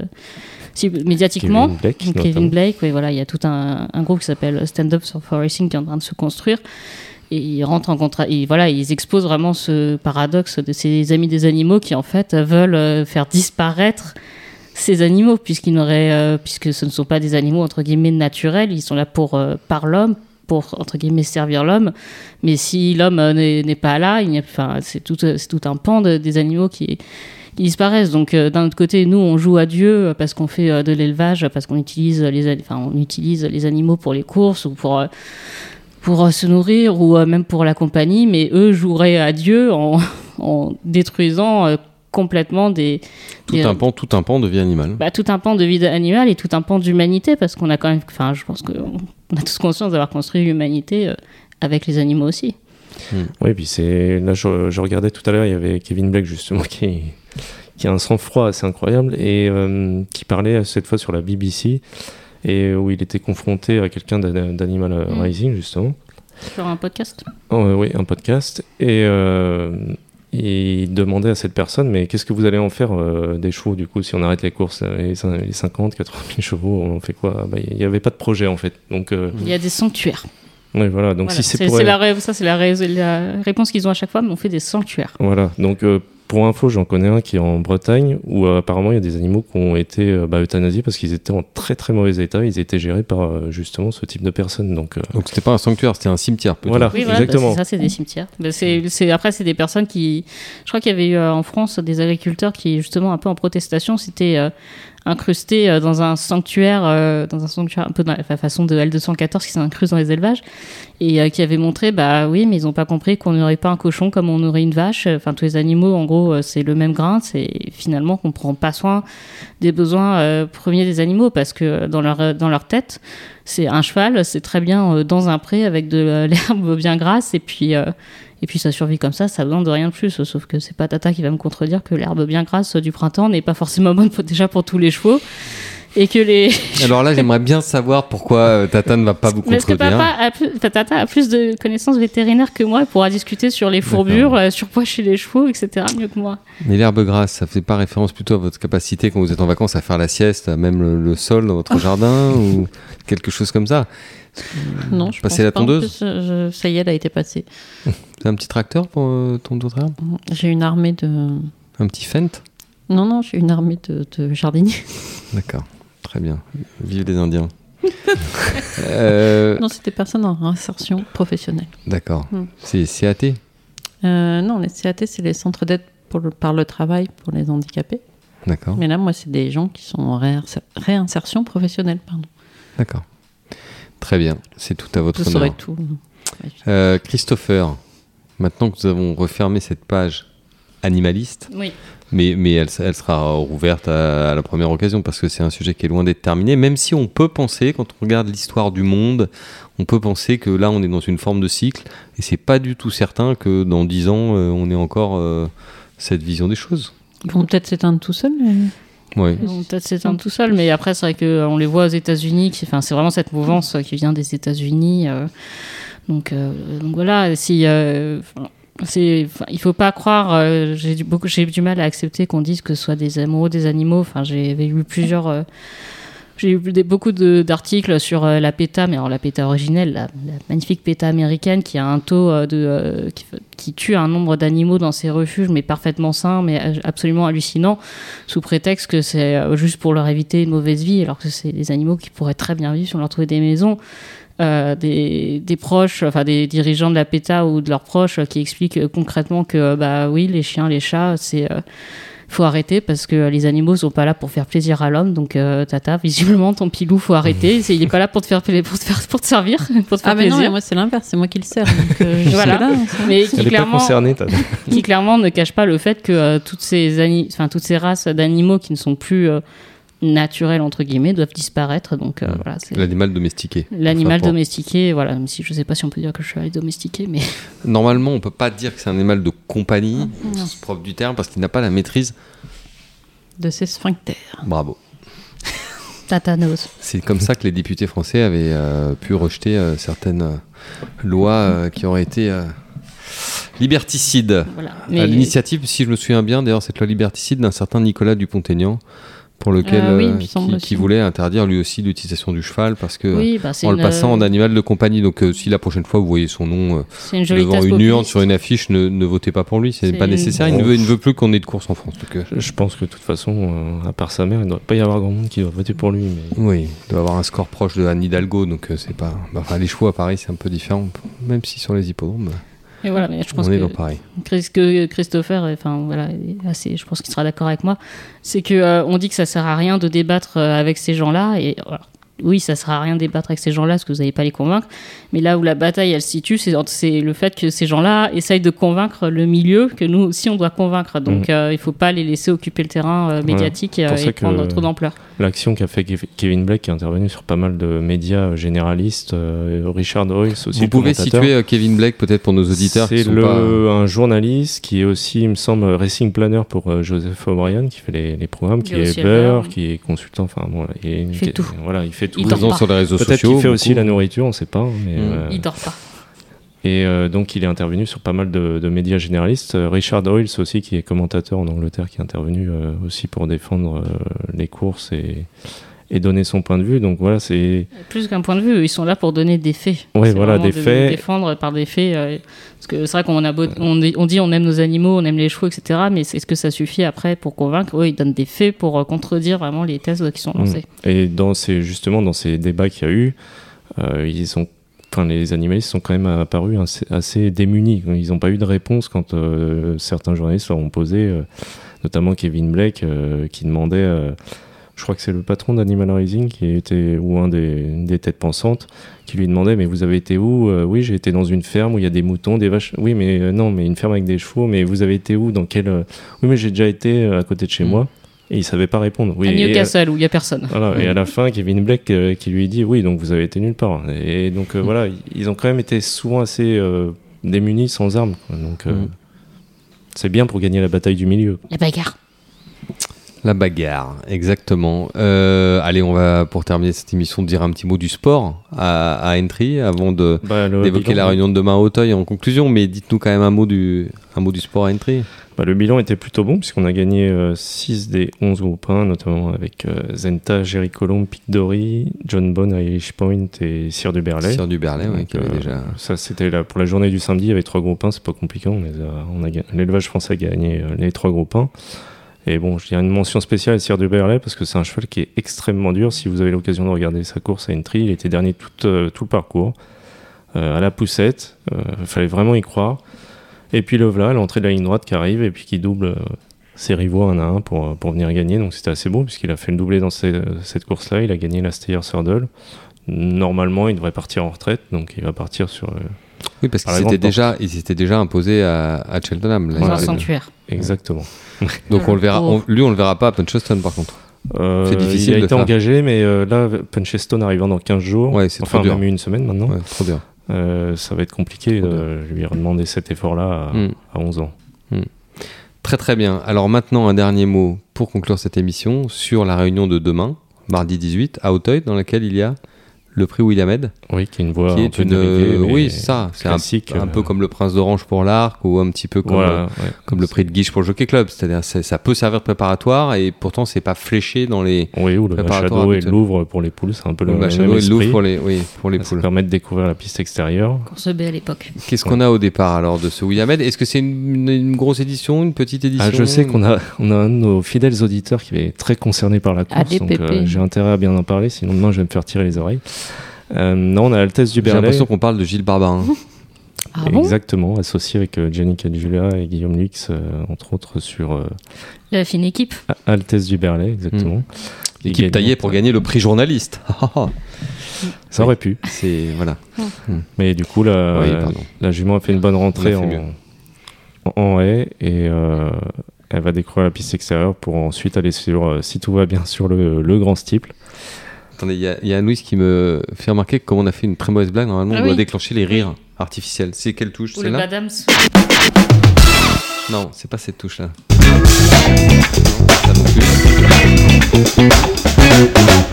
si- médiatiquement. Kevin Blake, Donc, notamment. Kevin Blake, oui, voilà, il y a tout un, un groupe qui s'appelle Stand Up for Racing qui est en train de se construire. Et ils rentrent en contrat. Et voilà, ils exposent vraiment ce paradoxe de ces amis des animaux qui, en fait, veulent euh, faire disparaître ces animaux, puisqu'ils n'auraient, euh, puisque ce ne sont pas des animaux, entre guillemets, naturels. Ils sont là pour, euh, par l'homme, pour, entre guillemets, servir l'homme. Mais si l'homme euh, n'est n'est pas là, il n'y a, enfin, c'est tout, euh, c'est tout un pan de- des animaux qui est qui disparaissent. Donc euh, d'un autre côté, nous on joue à Dieu euh, parce qu'on fait euh, de l'élevage, parce qu'on utilise euh, les, an- enfin, on utilise les animaux pour les courses ou pour euh, pour euh, se nourrir ou euh, même pour la compagnie, mais eux joueraient à Dieu en, [laughs] en détruisant euh, complètement des Tout des- euh, un pan, tout un pan devient animal. bah, tout un pan de vie animale et tout un pan d'humanité parce qu'on a quand même, enfin je pense qu'on on a tous conscience d'avoir construit l'humanité euh, avec les animaux aussi. Oui, puis c'est là je, je regardais tout à l'heure, il y avait Kevin Blake justement [laughs] qui qui a un sang-froid assez incroyable et euh, qui parlait cette fois sur la BBC et où il était confronté à quelqu'un d'A- d'Animal Mm. Rising justement. Sur un podcast. Oh, euh, oui, un podcast et euh, il demandait à cette personne mais qu'est-ce que vous allez en faire euh, des chevaux du coup si on arrête les courses euh, les, cin- les 50 80 000 chevaux on fait quoi Bah, il n'y avait pas de projet en fait donc euh, Il y a des sanctuaires. oui, Mm. voilà donc Voilà. si c'est pour la ré- ça c'est la, ré- la réponse qu'ils ont à chaque fois, mais on fait des sanctuaires. Voilà, donc euh, pour info, j'en connais un qui est en Bretagne où euh, apparemment il y a des animaux qui ont été euh, bah, euthanasiés parce qu'ils étaient en très très mauvais état. Ils étaient gérés par euh, justement ce type de personnes. Donc, euh, Donc c'était pas un sanctuaire, c'était un cimetière. peut-être. voilà, Oui, voilà, exactement. bah, c'est ça, c'est des cimetières. Bah, c'est- c'est- après, c'est des personnes qui. Je crois qu'il y avait eu euh, en France des agriculteurs qui, justement, un peu en protestation, s'étaient euh, incrustés euh, dans un sanctuaire, euh, dans un sanctuaire un peu dans la façon de L214 qui s'incruste dans les élevages, et euh, qui avaient montré, bah oui, mais ils n'ont pas compris qu'on n'aurait pas un cochon comme on aurait une vache. Enfin, tous les animaux, en gros, euh, c'est le même grain. C'est finalement qu'on prend pas soin des besoins euh, premiers des animaux parce que euh, dans leur, euh, dans leur tête, c'est un cheval, c'est très bien euh, dans un pré avec de la- [laughs] l'herbe bien grasse et puis euh, et puis ça survit comme ça, ça a besoin de rien de plus. Sauf que c'est pas Tata qui va me contredire que l'herbe bien grasse euh, du printemps n'est pas forcément [laughs] bonne pour- déjà pour tous les chevaux et que les Alors là, j'aimerais bien savoir pourquoi euh, Tata ne va pas vous parce que contredire. papa a plus, enfin, Tata a plus de connaissances vétérinaires que moi et pourra discuter sur les fourbures, euh, sur quoi chez les chevaux, etc. mieux que moi. Mais l'herbe grasse, ça fait pas référence plutôt à votre capacité quand vous êtes en vacances à faire la sieste, à même le, le sol dans [laughs] votre jardin ou quelque chose comme ça. Non, je Passer pense la pas. En tondeuse plus, euh, je- Ça y est, elle a été passée. C'est un petit tracteur pour euh, ton autre herbe J'ai une armée de. Mm. Un petit fent Non, non, j'ai une armée de, de jardiniers. D'accord, très bien. Vive les [laughs] Indiens. Euh, Non, c'était personne en insertion professionnelle. D'accord, Hmm. c'est c'est athée. Euh, non, les CAT, c'est les centres d'aide pour le- par le travail pour les handicapés. D'accord, Mais là, moi, c'est des gens qui sont en réinser- réinsertion professionnelle. Pardon. d'accord. Très bien, c'est tout à votre Je honneur. saurais tout. Euh, Christopher, maintenant que nous avons refermé cette page animaliste, Oui. mais, mais elle, elle sera rouverte à, à la première occasion parce que c'est un sujet qui est loin d'être terminé, même si on peut penser, quand on regarde l'histoire du monde, on peut penser que là on est dans une forme de cycle et c'est pas du tout certain que dans 10 ans euh, on ait encore euh, cette vision des choses. Ils vont peut-être s'éteindre tout seuls. Ouais. Ils vont peut-être s'éteindre tout seul, mais après, c'est vrai qu'on les voit aux États-Unis. qui- Enfin, c'est vraiment cette mouvance euh, qui vient des États-Unis. euh, donc, euh, donc voilà, si. euh, enfin, c'est, enfin, il faut pas croire. euh, j'ai du, beaucoup, j'ai eu du mal à accepter qu'on dise que ce soit des amoureux des animaux. Enfin, j'avais eu plusieurs. euh, j'ai eu des- beaucoup de- d'articles sur euh, la PETA, mais alors la PETA originelle, la, la magnifique PETA américaine qui a un taux euh, de. euh, qui, qui tue un nombre d'animaux dans ses refuges, mais parfaitement sain, mais euh, absolument hallucinant, sous prétexte que c'est euh, juste pour leur éviter une mauvaise vie, alors que c'est des animaux qui pourraient très bien vivre si on leur trouvait des maisons. Euh, des, des proches, enfin des dirigeants de la PETA ou de leurs proches euh, qui expliquent euh, concrètement que euh, bah oui, les chiens, les chats, c'est euh, faut arrêter parce que euh, les animaux sont pas là pour faire plaisir à l'homme. Donc euh, tata, [laughs] visiblement ton pilou, faut arrêter. C'est- Il est pas là pour te faire pla- pour te faire pour te servir, [laughs] pour te faire Ah, mais non, mais plaisir. moi, c'est l'inverse. C'est moi qui le sers. Donc, [laughs] euh, je suis Voilà. là, ça. mais Elle qui n'est pas clairement euh, concernée. t'as- qui clairement ne cache pas le fait que euh, toutes, ces ani- enfin, toutes ces races d'animaux qui ne sont plus euh, naturelles, entre guillemets, doivent disparaître. Donc euh, Mmh. voilà, c'est L'animal domestiqué. l'animal Enfin, pour- domestiqué, voilà, même si je ne sais pas si on peut dire que je suis allé domestiqué, mais Normalement, on peut pas dire que c'est un animal de compagnie, au sens propre du terme, parce qu'il n'a pas la maîtrise. De ces sphincters. Bravo. tatanos. C'est comme ça que les députés français avaient euh, pu rejeter euh, certaines euh, lois euh, qui auraient été euh, liberticides. Voilà. À Mais, l'initiative, si je me souviens bien, d'ailleurs, cette loi liberticide d'un certain Nicolas Dupont-Aignan, pour lequel Ah oui, il euh, me semble qui, qui aussi. voulait interdire lui aussi l'utilisation du cheval parce que euh, oui, bah, c'est en le une- passant en animal de compagnie. Donc, euh, si la prochaine fois vous voyez son nom euh, c'est une jolie devant tasse une nuance populiste. sur une affiche, ne, ne votez pas pour lui, c'est C'est pas une- nécessaire. Il ne veut, il ne veut plus qu'on ait de course en France. Donc, euh, Je pense que de toute façon, euh, à part sa mère, il ne doit pas y avoir grand monde qui doit voter pour lui. Mais... Oui, il doit avoir un score proche de Anne Hidalgo, donc euh, c'est pas. bah, Enfin, les chevaux à Paris, c'est un peu différent, même si sur les hippodromes, Et voilà, mais je pense on est que dans Paris. Chris- que Christopher, et enfin voilà, est assez, je pense qu'il sera d'accord avec moi, c'est que euh, on dit que ça sert à rien de débattre euh, avec ces gens-là et alors, oui, ça sert à rien de débattre avec ces gens-là parce que vous n'allez pas les convaincre. Mais là où la bataille elle se situe, c'est entre- c'est le fait que ces gens-là essayent de convaincre le milieu que nous aussi on doit convaincre. Donc euh, il faut pas les laisser occuper le terrain euh, médiatique euh, Mm. pour ça et que- prendre trop d'ampleur. L'action qu'a fait Kev- Kevin Blake, qui est intervenu sur pas mal de médias euh, généralistes, euh, Richard Royce aussi. Vous le pouvez commentateur. situer euh, Kevin Blake peut-être pour nos auditeurs qui C'est sont le, pas- un journaliste qui est aussi, il me semble, racing planner pour euh, Joseph O'Brien, qui fait les, les programmes, qui Il est est aussi Uber, éleveur. qui est consultant. Enfin, bon, il, est- Il fait tout. Voilà, il fait tout. Il présent dort pas. sur les réseaux Peut-être sociaux. qu'il fait aussi beaucoup. la nourriture, on ne sait pas. mais, Mm. euh, Il dort pas. Et euh, donc, il est intervenu sur pas mal de, de médias généralistes. Euh, Richard Hoyles aussi, qui est commentateur en Angleterre, qui est intervenu euh, aussi pour défendre euh, les courses et, et donner son point de vue. Donc voilà, c'est Plus qu'un point de vue, ils sont là pour donner des faits. Ouais, C'est voilà, vraiment des de faits. défendre par des faits. euh, parce que c'est vrai qu'on a beau- on, dit- on dit on aime nos animaux, on aime les chevaux, etc. Mais c'est- est-ce que ça suffit après pour convaincre Oui, ils donnent des faits pour euh, contredire vraiment les thèses qui Mm. sont lancées. Et dans ces, justement, dans ces débats qu'il y a eu, euh, ils sont, enfin, les animalistes sont quand même apparus assez, assez démunis. Ils n'ont pas eu de réponse quand euh, certains journalistes leur ont posé, euh, notamment Kevin Blake, euh, qui demandait, euh, je crois que c'est le patron d'Animal Rising, qui était, ou un des, une des têtes pensantes, qui lui demandait, mais vous avez été où Euh, Oui, j'ai été dans une ferme où il y a des moutons, des vaches. Oui, mais euh, non, mais une ferme avec des chevaux, mais vous avez été où Dans quel... euh, Oui, mais j'ai déjà été euh, à côté de chez Mm. moi. Et il savait pas répondre. Oui, à et- euh, Newcastle, où il n'y a personne. voilà, et à la fin, Kevin Blake euh, qui lui dit Oui, donc vous avez été nulle part. Et donc euh, voilà, ils ont quand même été souvent assez euh, démunis, sans armes. quoi. Donc euh, Mhm. c'est bien pour gagner la bataille du milieu. La bagarre. La bagarre, exactement. Euh, allez, on va pour terminer cette émission dire un petit mot du sport à, à Entry avant de Bah, le d'évoquer bilan- la réunion de demain à Auteuil en conclusion. Mais dites-nous quand même un mot du un mot du sport à Entry. bah, le bilan était plutôt bon, puisqu'on a gagné 6 des 11 groupes 1, notamment avec euh, Zenta, Jerry Colomb, Pic Dory, John Bone, Irish Point et Cyr du Berlay. Sur du Berlay, ouais, Donc, qui avait euh, déjà. Ça, c'était la- pour la journée du samedi, il y avait trois groupes 1, c'est pas compliqué. on les a- on a ga- L'élevage français a gagné euh, les trois groupes 1. Et bon, je dirais une mention spéciale à Sire de Berlay parce que c'est un cheval qui est extrêmement dur. Si vous avez l'occasion de regarder sa course à Entry, il était dernier tout, euh, tout le parcours, euh, à la poussette. Il fallait vraiment y croire. Et puis le voilà, l'entrée de la ligne droite qui arrive et puis qui double euh, ses rivaux un à un pour, euh, pour venir gagner. Donc c'était assez beau puisqu'il a fait le doublé dans ces- cette course-là. Il a gagné la Steyer Surdle. Normalement, il devrait partir en retraite, donc il va partir sur. euh, Oui, parce à qu'ils la grande s'étaient déjà ils s'étaient déjà imposés à, à Cheltenham. l'année Dans un Voilà. dernière. sanctuaire. Exactement. Donc on le verra. Oh. on- lui, on le verra pas à Puncheston par contre. Euh, C'est difficile Il a de été faire. engagé, mais euh, là, Punchestone arrivant dans 15 jours, Ouais, c'est enfin trop dur. même une semaine maintenant, Ouais, trop bien. euh, ça va être compliqué Trop de lui redemander cet effort-là à, Mm. à 11 ans. Très très bien. Alors maintenant un dernier mot pour conclure cette émission sur la réunion de demain, mardi 18 à Auteuil, dans laquelle il y a le prix Williamed. Oui, qui est une voix qui un est peu une euh, déléguée, mais oui c'est ça c'est un, classique, un euh, peu comme le prince d'orange pour l'arc ou un petit peu comme voilà, ouais. le, comme le prix de Guiche pour le Jockey Club c'est-à-dire c'est- ça peut servir de préparatoire et pourtant c'est pas fléché dans les Oui, ou le préparatoire Machado et habituel. le Louvre pour les poules, c'est un peu le, le même Machado et le esprit. Ah, Louvre pour les oui pour les Ça poules permet de découvrir la piste extérieure. Course B à l'époque. qu'est-ce qu'on a au départ alors de ce William Ed est-ce que c'est une, une- une grosse édition une petite édition Ah, je sais qu'on a, on a un de nos fidèles auditeurs qui est très concerné par la course, Allez, donc pépé. euh, j'ai intérêt à bien en parler, sinon demain je vais me faire tirer les oreilles. Euh, non, on a Altesse du j'ai Berlay, l'impression qu'on parle de Gilles hein, Barbarin [laughs] Ah bon exactement, associé avec euh, Gianni Calgula et Guillaume Lux, euh, entre autres sur euh, La fine équipe. A- Altesse du Berlay, exactement. Et Hmm. l'équipe gagnante, taillée pour gagner le prix journaliste euh, [laughs] Ça aurait pu, c'est voilà mais du coup la, oui pardon la jument a fait une bonne rentrée On a fait en, en haie et euh, elle va découvrir la piste extérieure pour ensuite aller sur, euh, si tout va bien, sur le, le grand steeple. Attendez, il y a- il y, a Louis qui me fait remarquer que comme on a fait une très mauvaise blague, normalement on Ah doit oui. déclencher les rires artificiels. C'est quelle touche Ou le Celle-là Madame Non, c'est pas cette touche-là. Non, ça non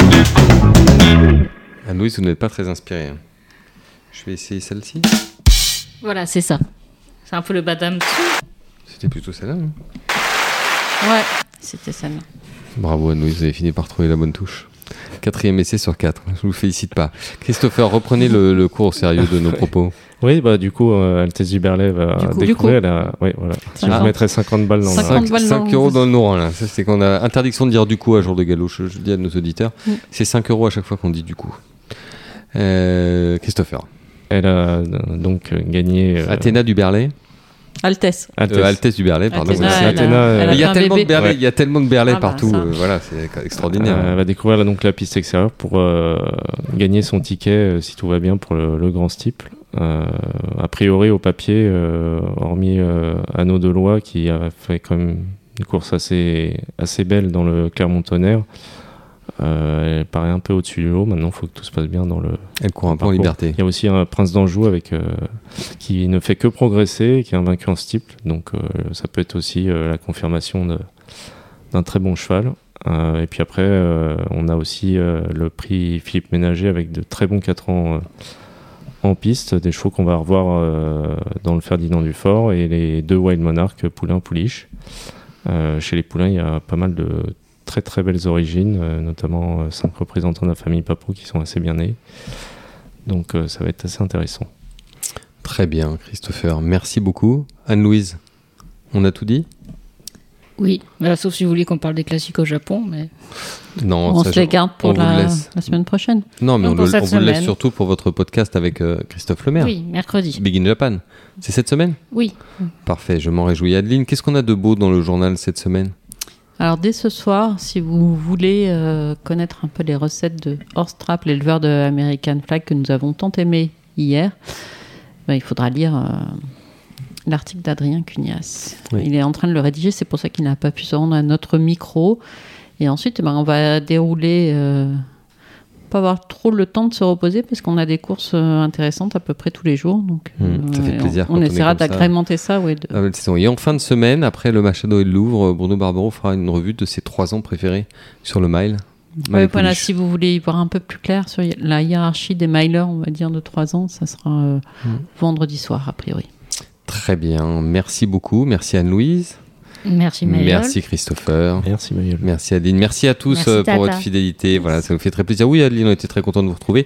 plus. Ah, Louis, vous n'êtes pas très inspiré. hein. Je vais essayer celle-ci. Voilà, c'est ça. C'est un peu le Madame C'était plutôt celle-là. hein. non Ouais, c'était ça. non. Bravo Anne-Louise, vous avez fini par trouver la bonne touche. Quatrième essai sur quatre. [laughs] Je vous félicite pas. Christopher, reprenez le, le cours au sérieux de nos [laughs] propos. Oui, bah du coup, euh, Altesse du Berlay va Du coup. Du coup. découvrir la. Oui, voilà. Je Ah. vous mettrai 50 balles dans la. 50 balles dans 5 le- euros dans le noir, là. Ça, C'est qu'on a interdiction de dire du coup à jour de galop, je, je le dis à nos auditeurs. Mm. C'est 5 euros à chaque fois qu'on dit du coup. Euh, Christopher. Elle a euh, donc euh, gagné. euh, Athéna du Berlay. Altesse. Altesse. Euh, Altesse du Berlay, pardon. Athéna, Oui, c'est elle a- Athéna. Athéna, euh, elle Mais a Il y a fait un tellement de bébé. Berlay, il y a tellement de Berlay Ah bah, partout. ça. euh, voilà, c'est extraordinaire. euh, elle va découvrir donc la piste extérieure pour euh, gagner son ticket, euh, si tout va bien, pour le, le grand steeple. Euh, a priori, au papier, euh, hormis euh, Anneau de Lois, qui a fait quand même une course assez, assez belle dans le Clermont-Tonnerre, euh, elle paraît un peu au-dessus du lot. Maintenant, il faut que tout se passe bien dans le, Elle court un peu en Parcours. liberté. Il y a aussi un prince d'Anjou avec euh, qui ne fait que progresser, qui est invaincu en steeple. Donc euh, ça peut être aussi euh, la confirmation de- d'un très bon cheval. Euh, et puis après, euh, on a aussi euh, le prix Philippe Ménager avec de très bons 4 ans euh, en piste, des chevaux qu'on va revoir euh, dans le Ferdinand du Fort et les deux Wild Monarch, Poulain, Pouliche. Euh, chez les Poulains, il y a pas mal de très très belles origines, euh, notamment euh, cinq représentants de la famille Papou qui sont assez bien nés. Donc euh, ça va être assez intéressant. Très bien, Christopher. Merci beaucoup. Anne-Louise, on a tout dit Oui, Bah, sauf si vous voulez qu'on parle des classiques au Japon, mais Non, on ça, se je- les garde on pour vous la, le laisse. la semaine prochaine. Non, mais on, Non, pour le- cette on vous le laisse semaine. surtout pour votre podcast avec euh, Christophe Lemaire. oui, mercredi. Begin Japan. C'est cette semaine Oui, Parfait, je m'en réjouis. Adeline, qu'est-ce qu'on a de beau dans le journal cette semaine Alors dès ce soir, si vous voulez euh, connaître un peu les recettes de Horstrap, l'éleveur de American Flag que nous avons tant aimé hier, ben, il faudra lire euh, l'article d'Adrien Cunias. Oui. Il est en train de le rédiger, c'est pour ça qu'il n'a pas pu se rendre à notre micro. Et ensuite, ben, on va dérouler, euh, pas avoir trop le temps de se reposer parce qu'on a des courses euh, intéressantes à peu près tous les jours. Donc, Mmh, ça fait et plaisir quand On, on on est essaiera comme ça. d'agrémenter ça. ouais, de- Ah, belle saison. Et en fin de semaine, après le Machado et le Louvre, euh, Bruno Barbero fera une revue de ses trois ans préférés sur le mile. Ouais, Mile voilà, Polish. si vous voulez y voir un peu plus clair sur la hiérarchie des milers, on va dire de 3 ans, ça sera euh, Mhm. vendredi soir, a priori. Très bien, merci beaucoup. Merci Anne-Louise. merci Maëlle. Merci Christopher. Merci Mayol. Merci Adeline, merci à tous Merci, euh, pour Tata. votre fidélité. Voilà, ça nous fait très plaisir. Oui, Adeline, on était très content de vous retrouver.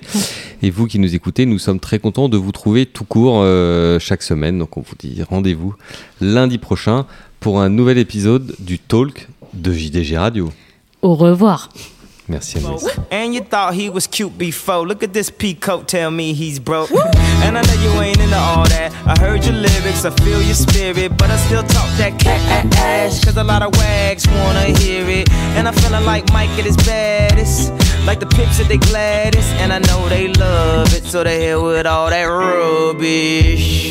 Et vous qui nous écoutez, nous sommes très contents de vous trouver tout court euh, chaque semaine. Donc on vous dit rendez-vous lundi prochain pour un nouvel épisode du Talk de JDG Radio. Au revoir. Merci à vous. And you thought he was cute before. Look at this peacoat, tell me he's broke. And I know you ain't into all that. I heard your lyrics, I feel your spirit, but I still talk that cat ass. Cause a lot of wags wanna hear it. And I'm feeling like Mike at his baddest. Like the pips at the gladdest. And I know they love it, so they hell with all that rubbish.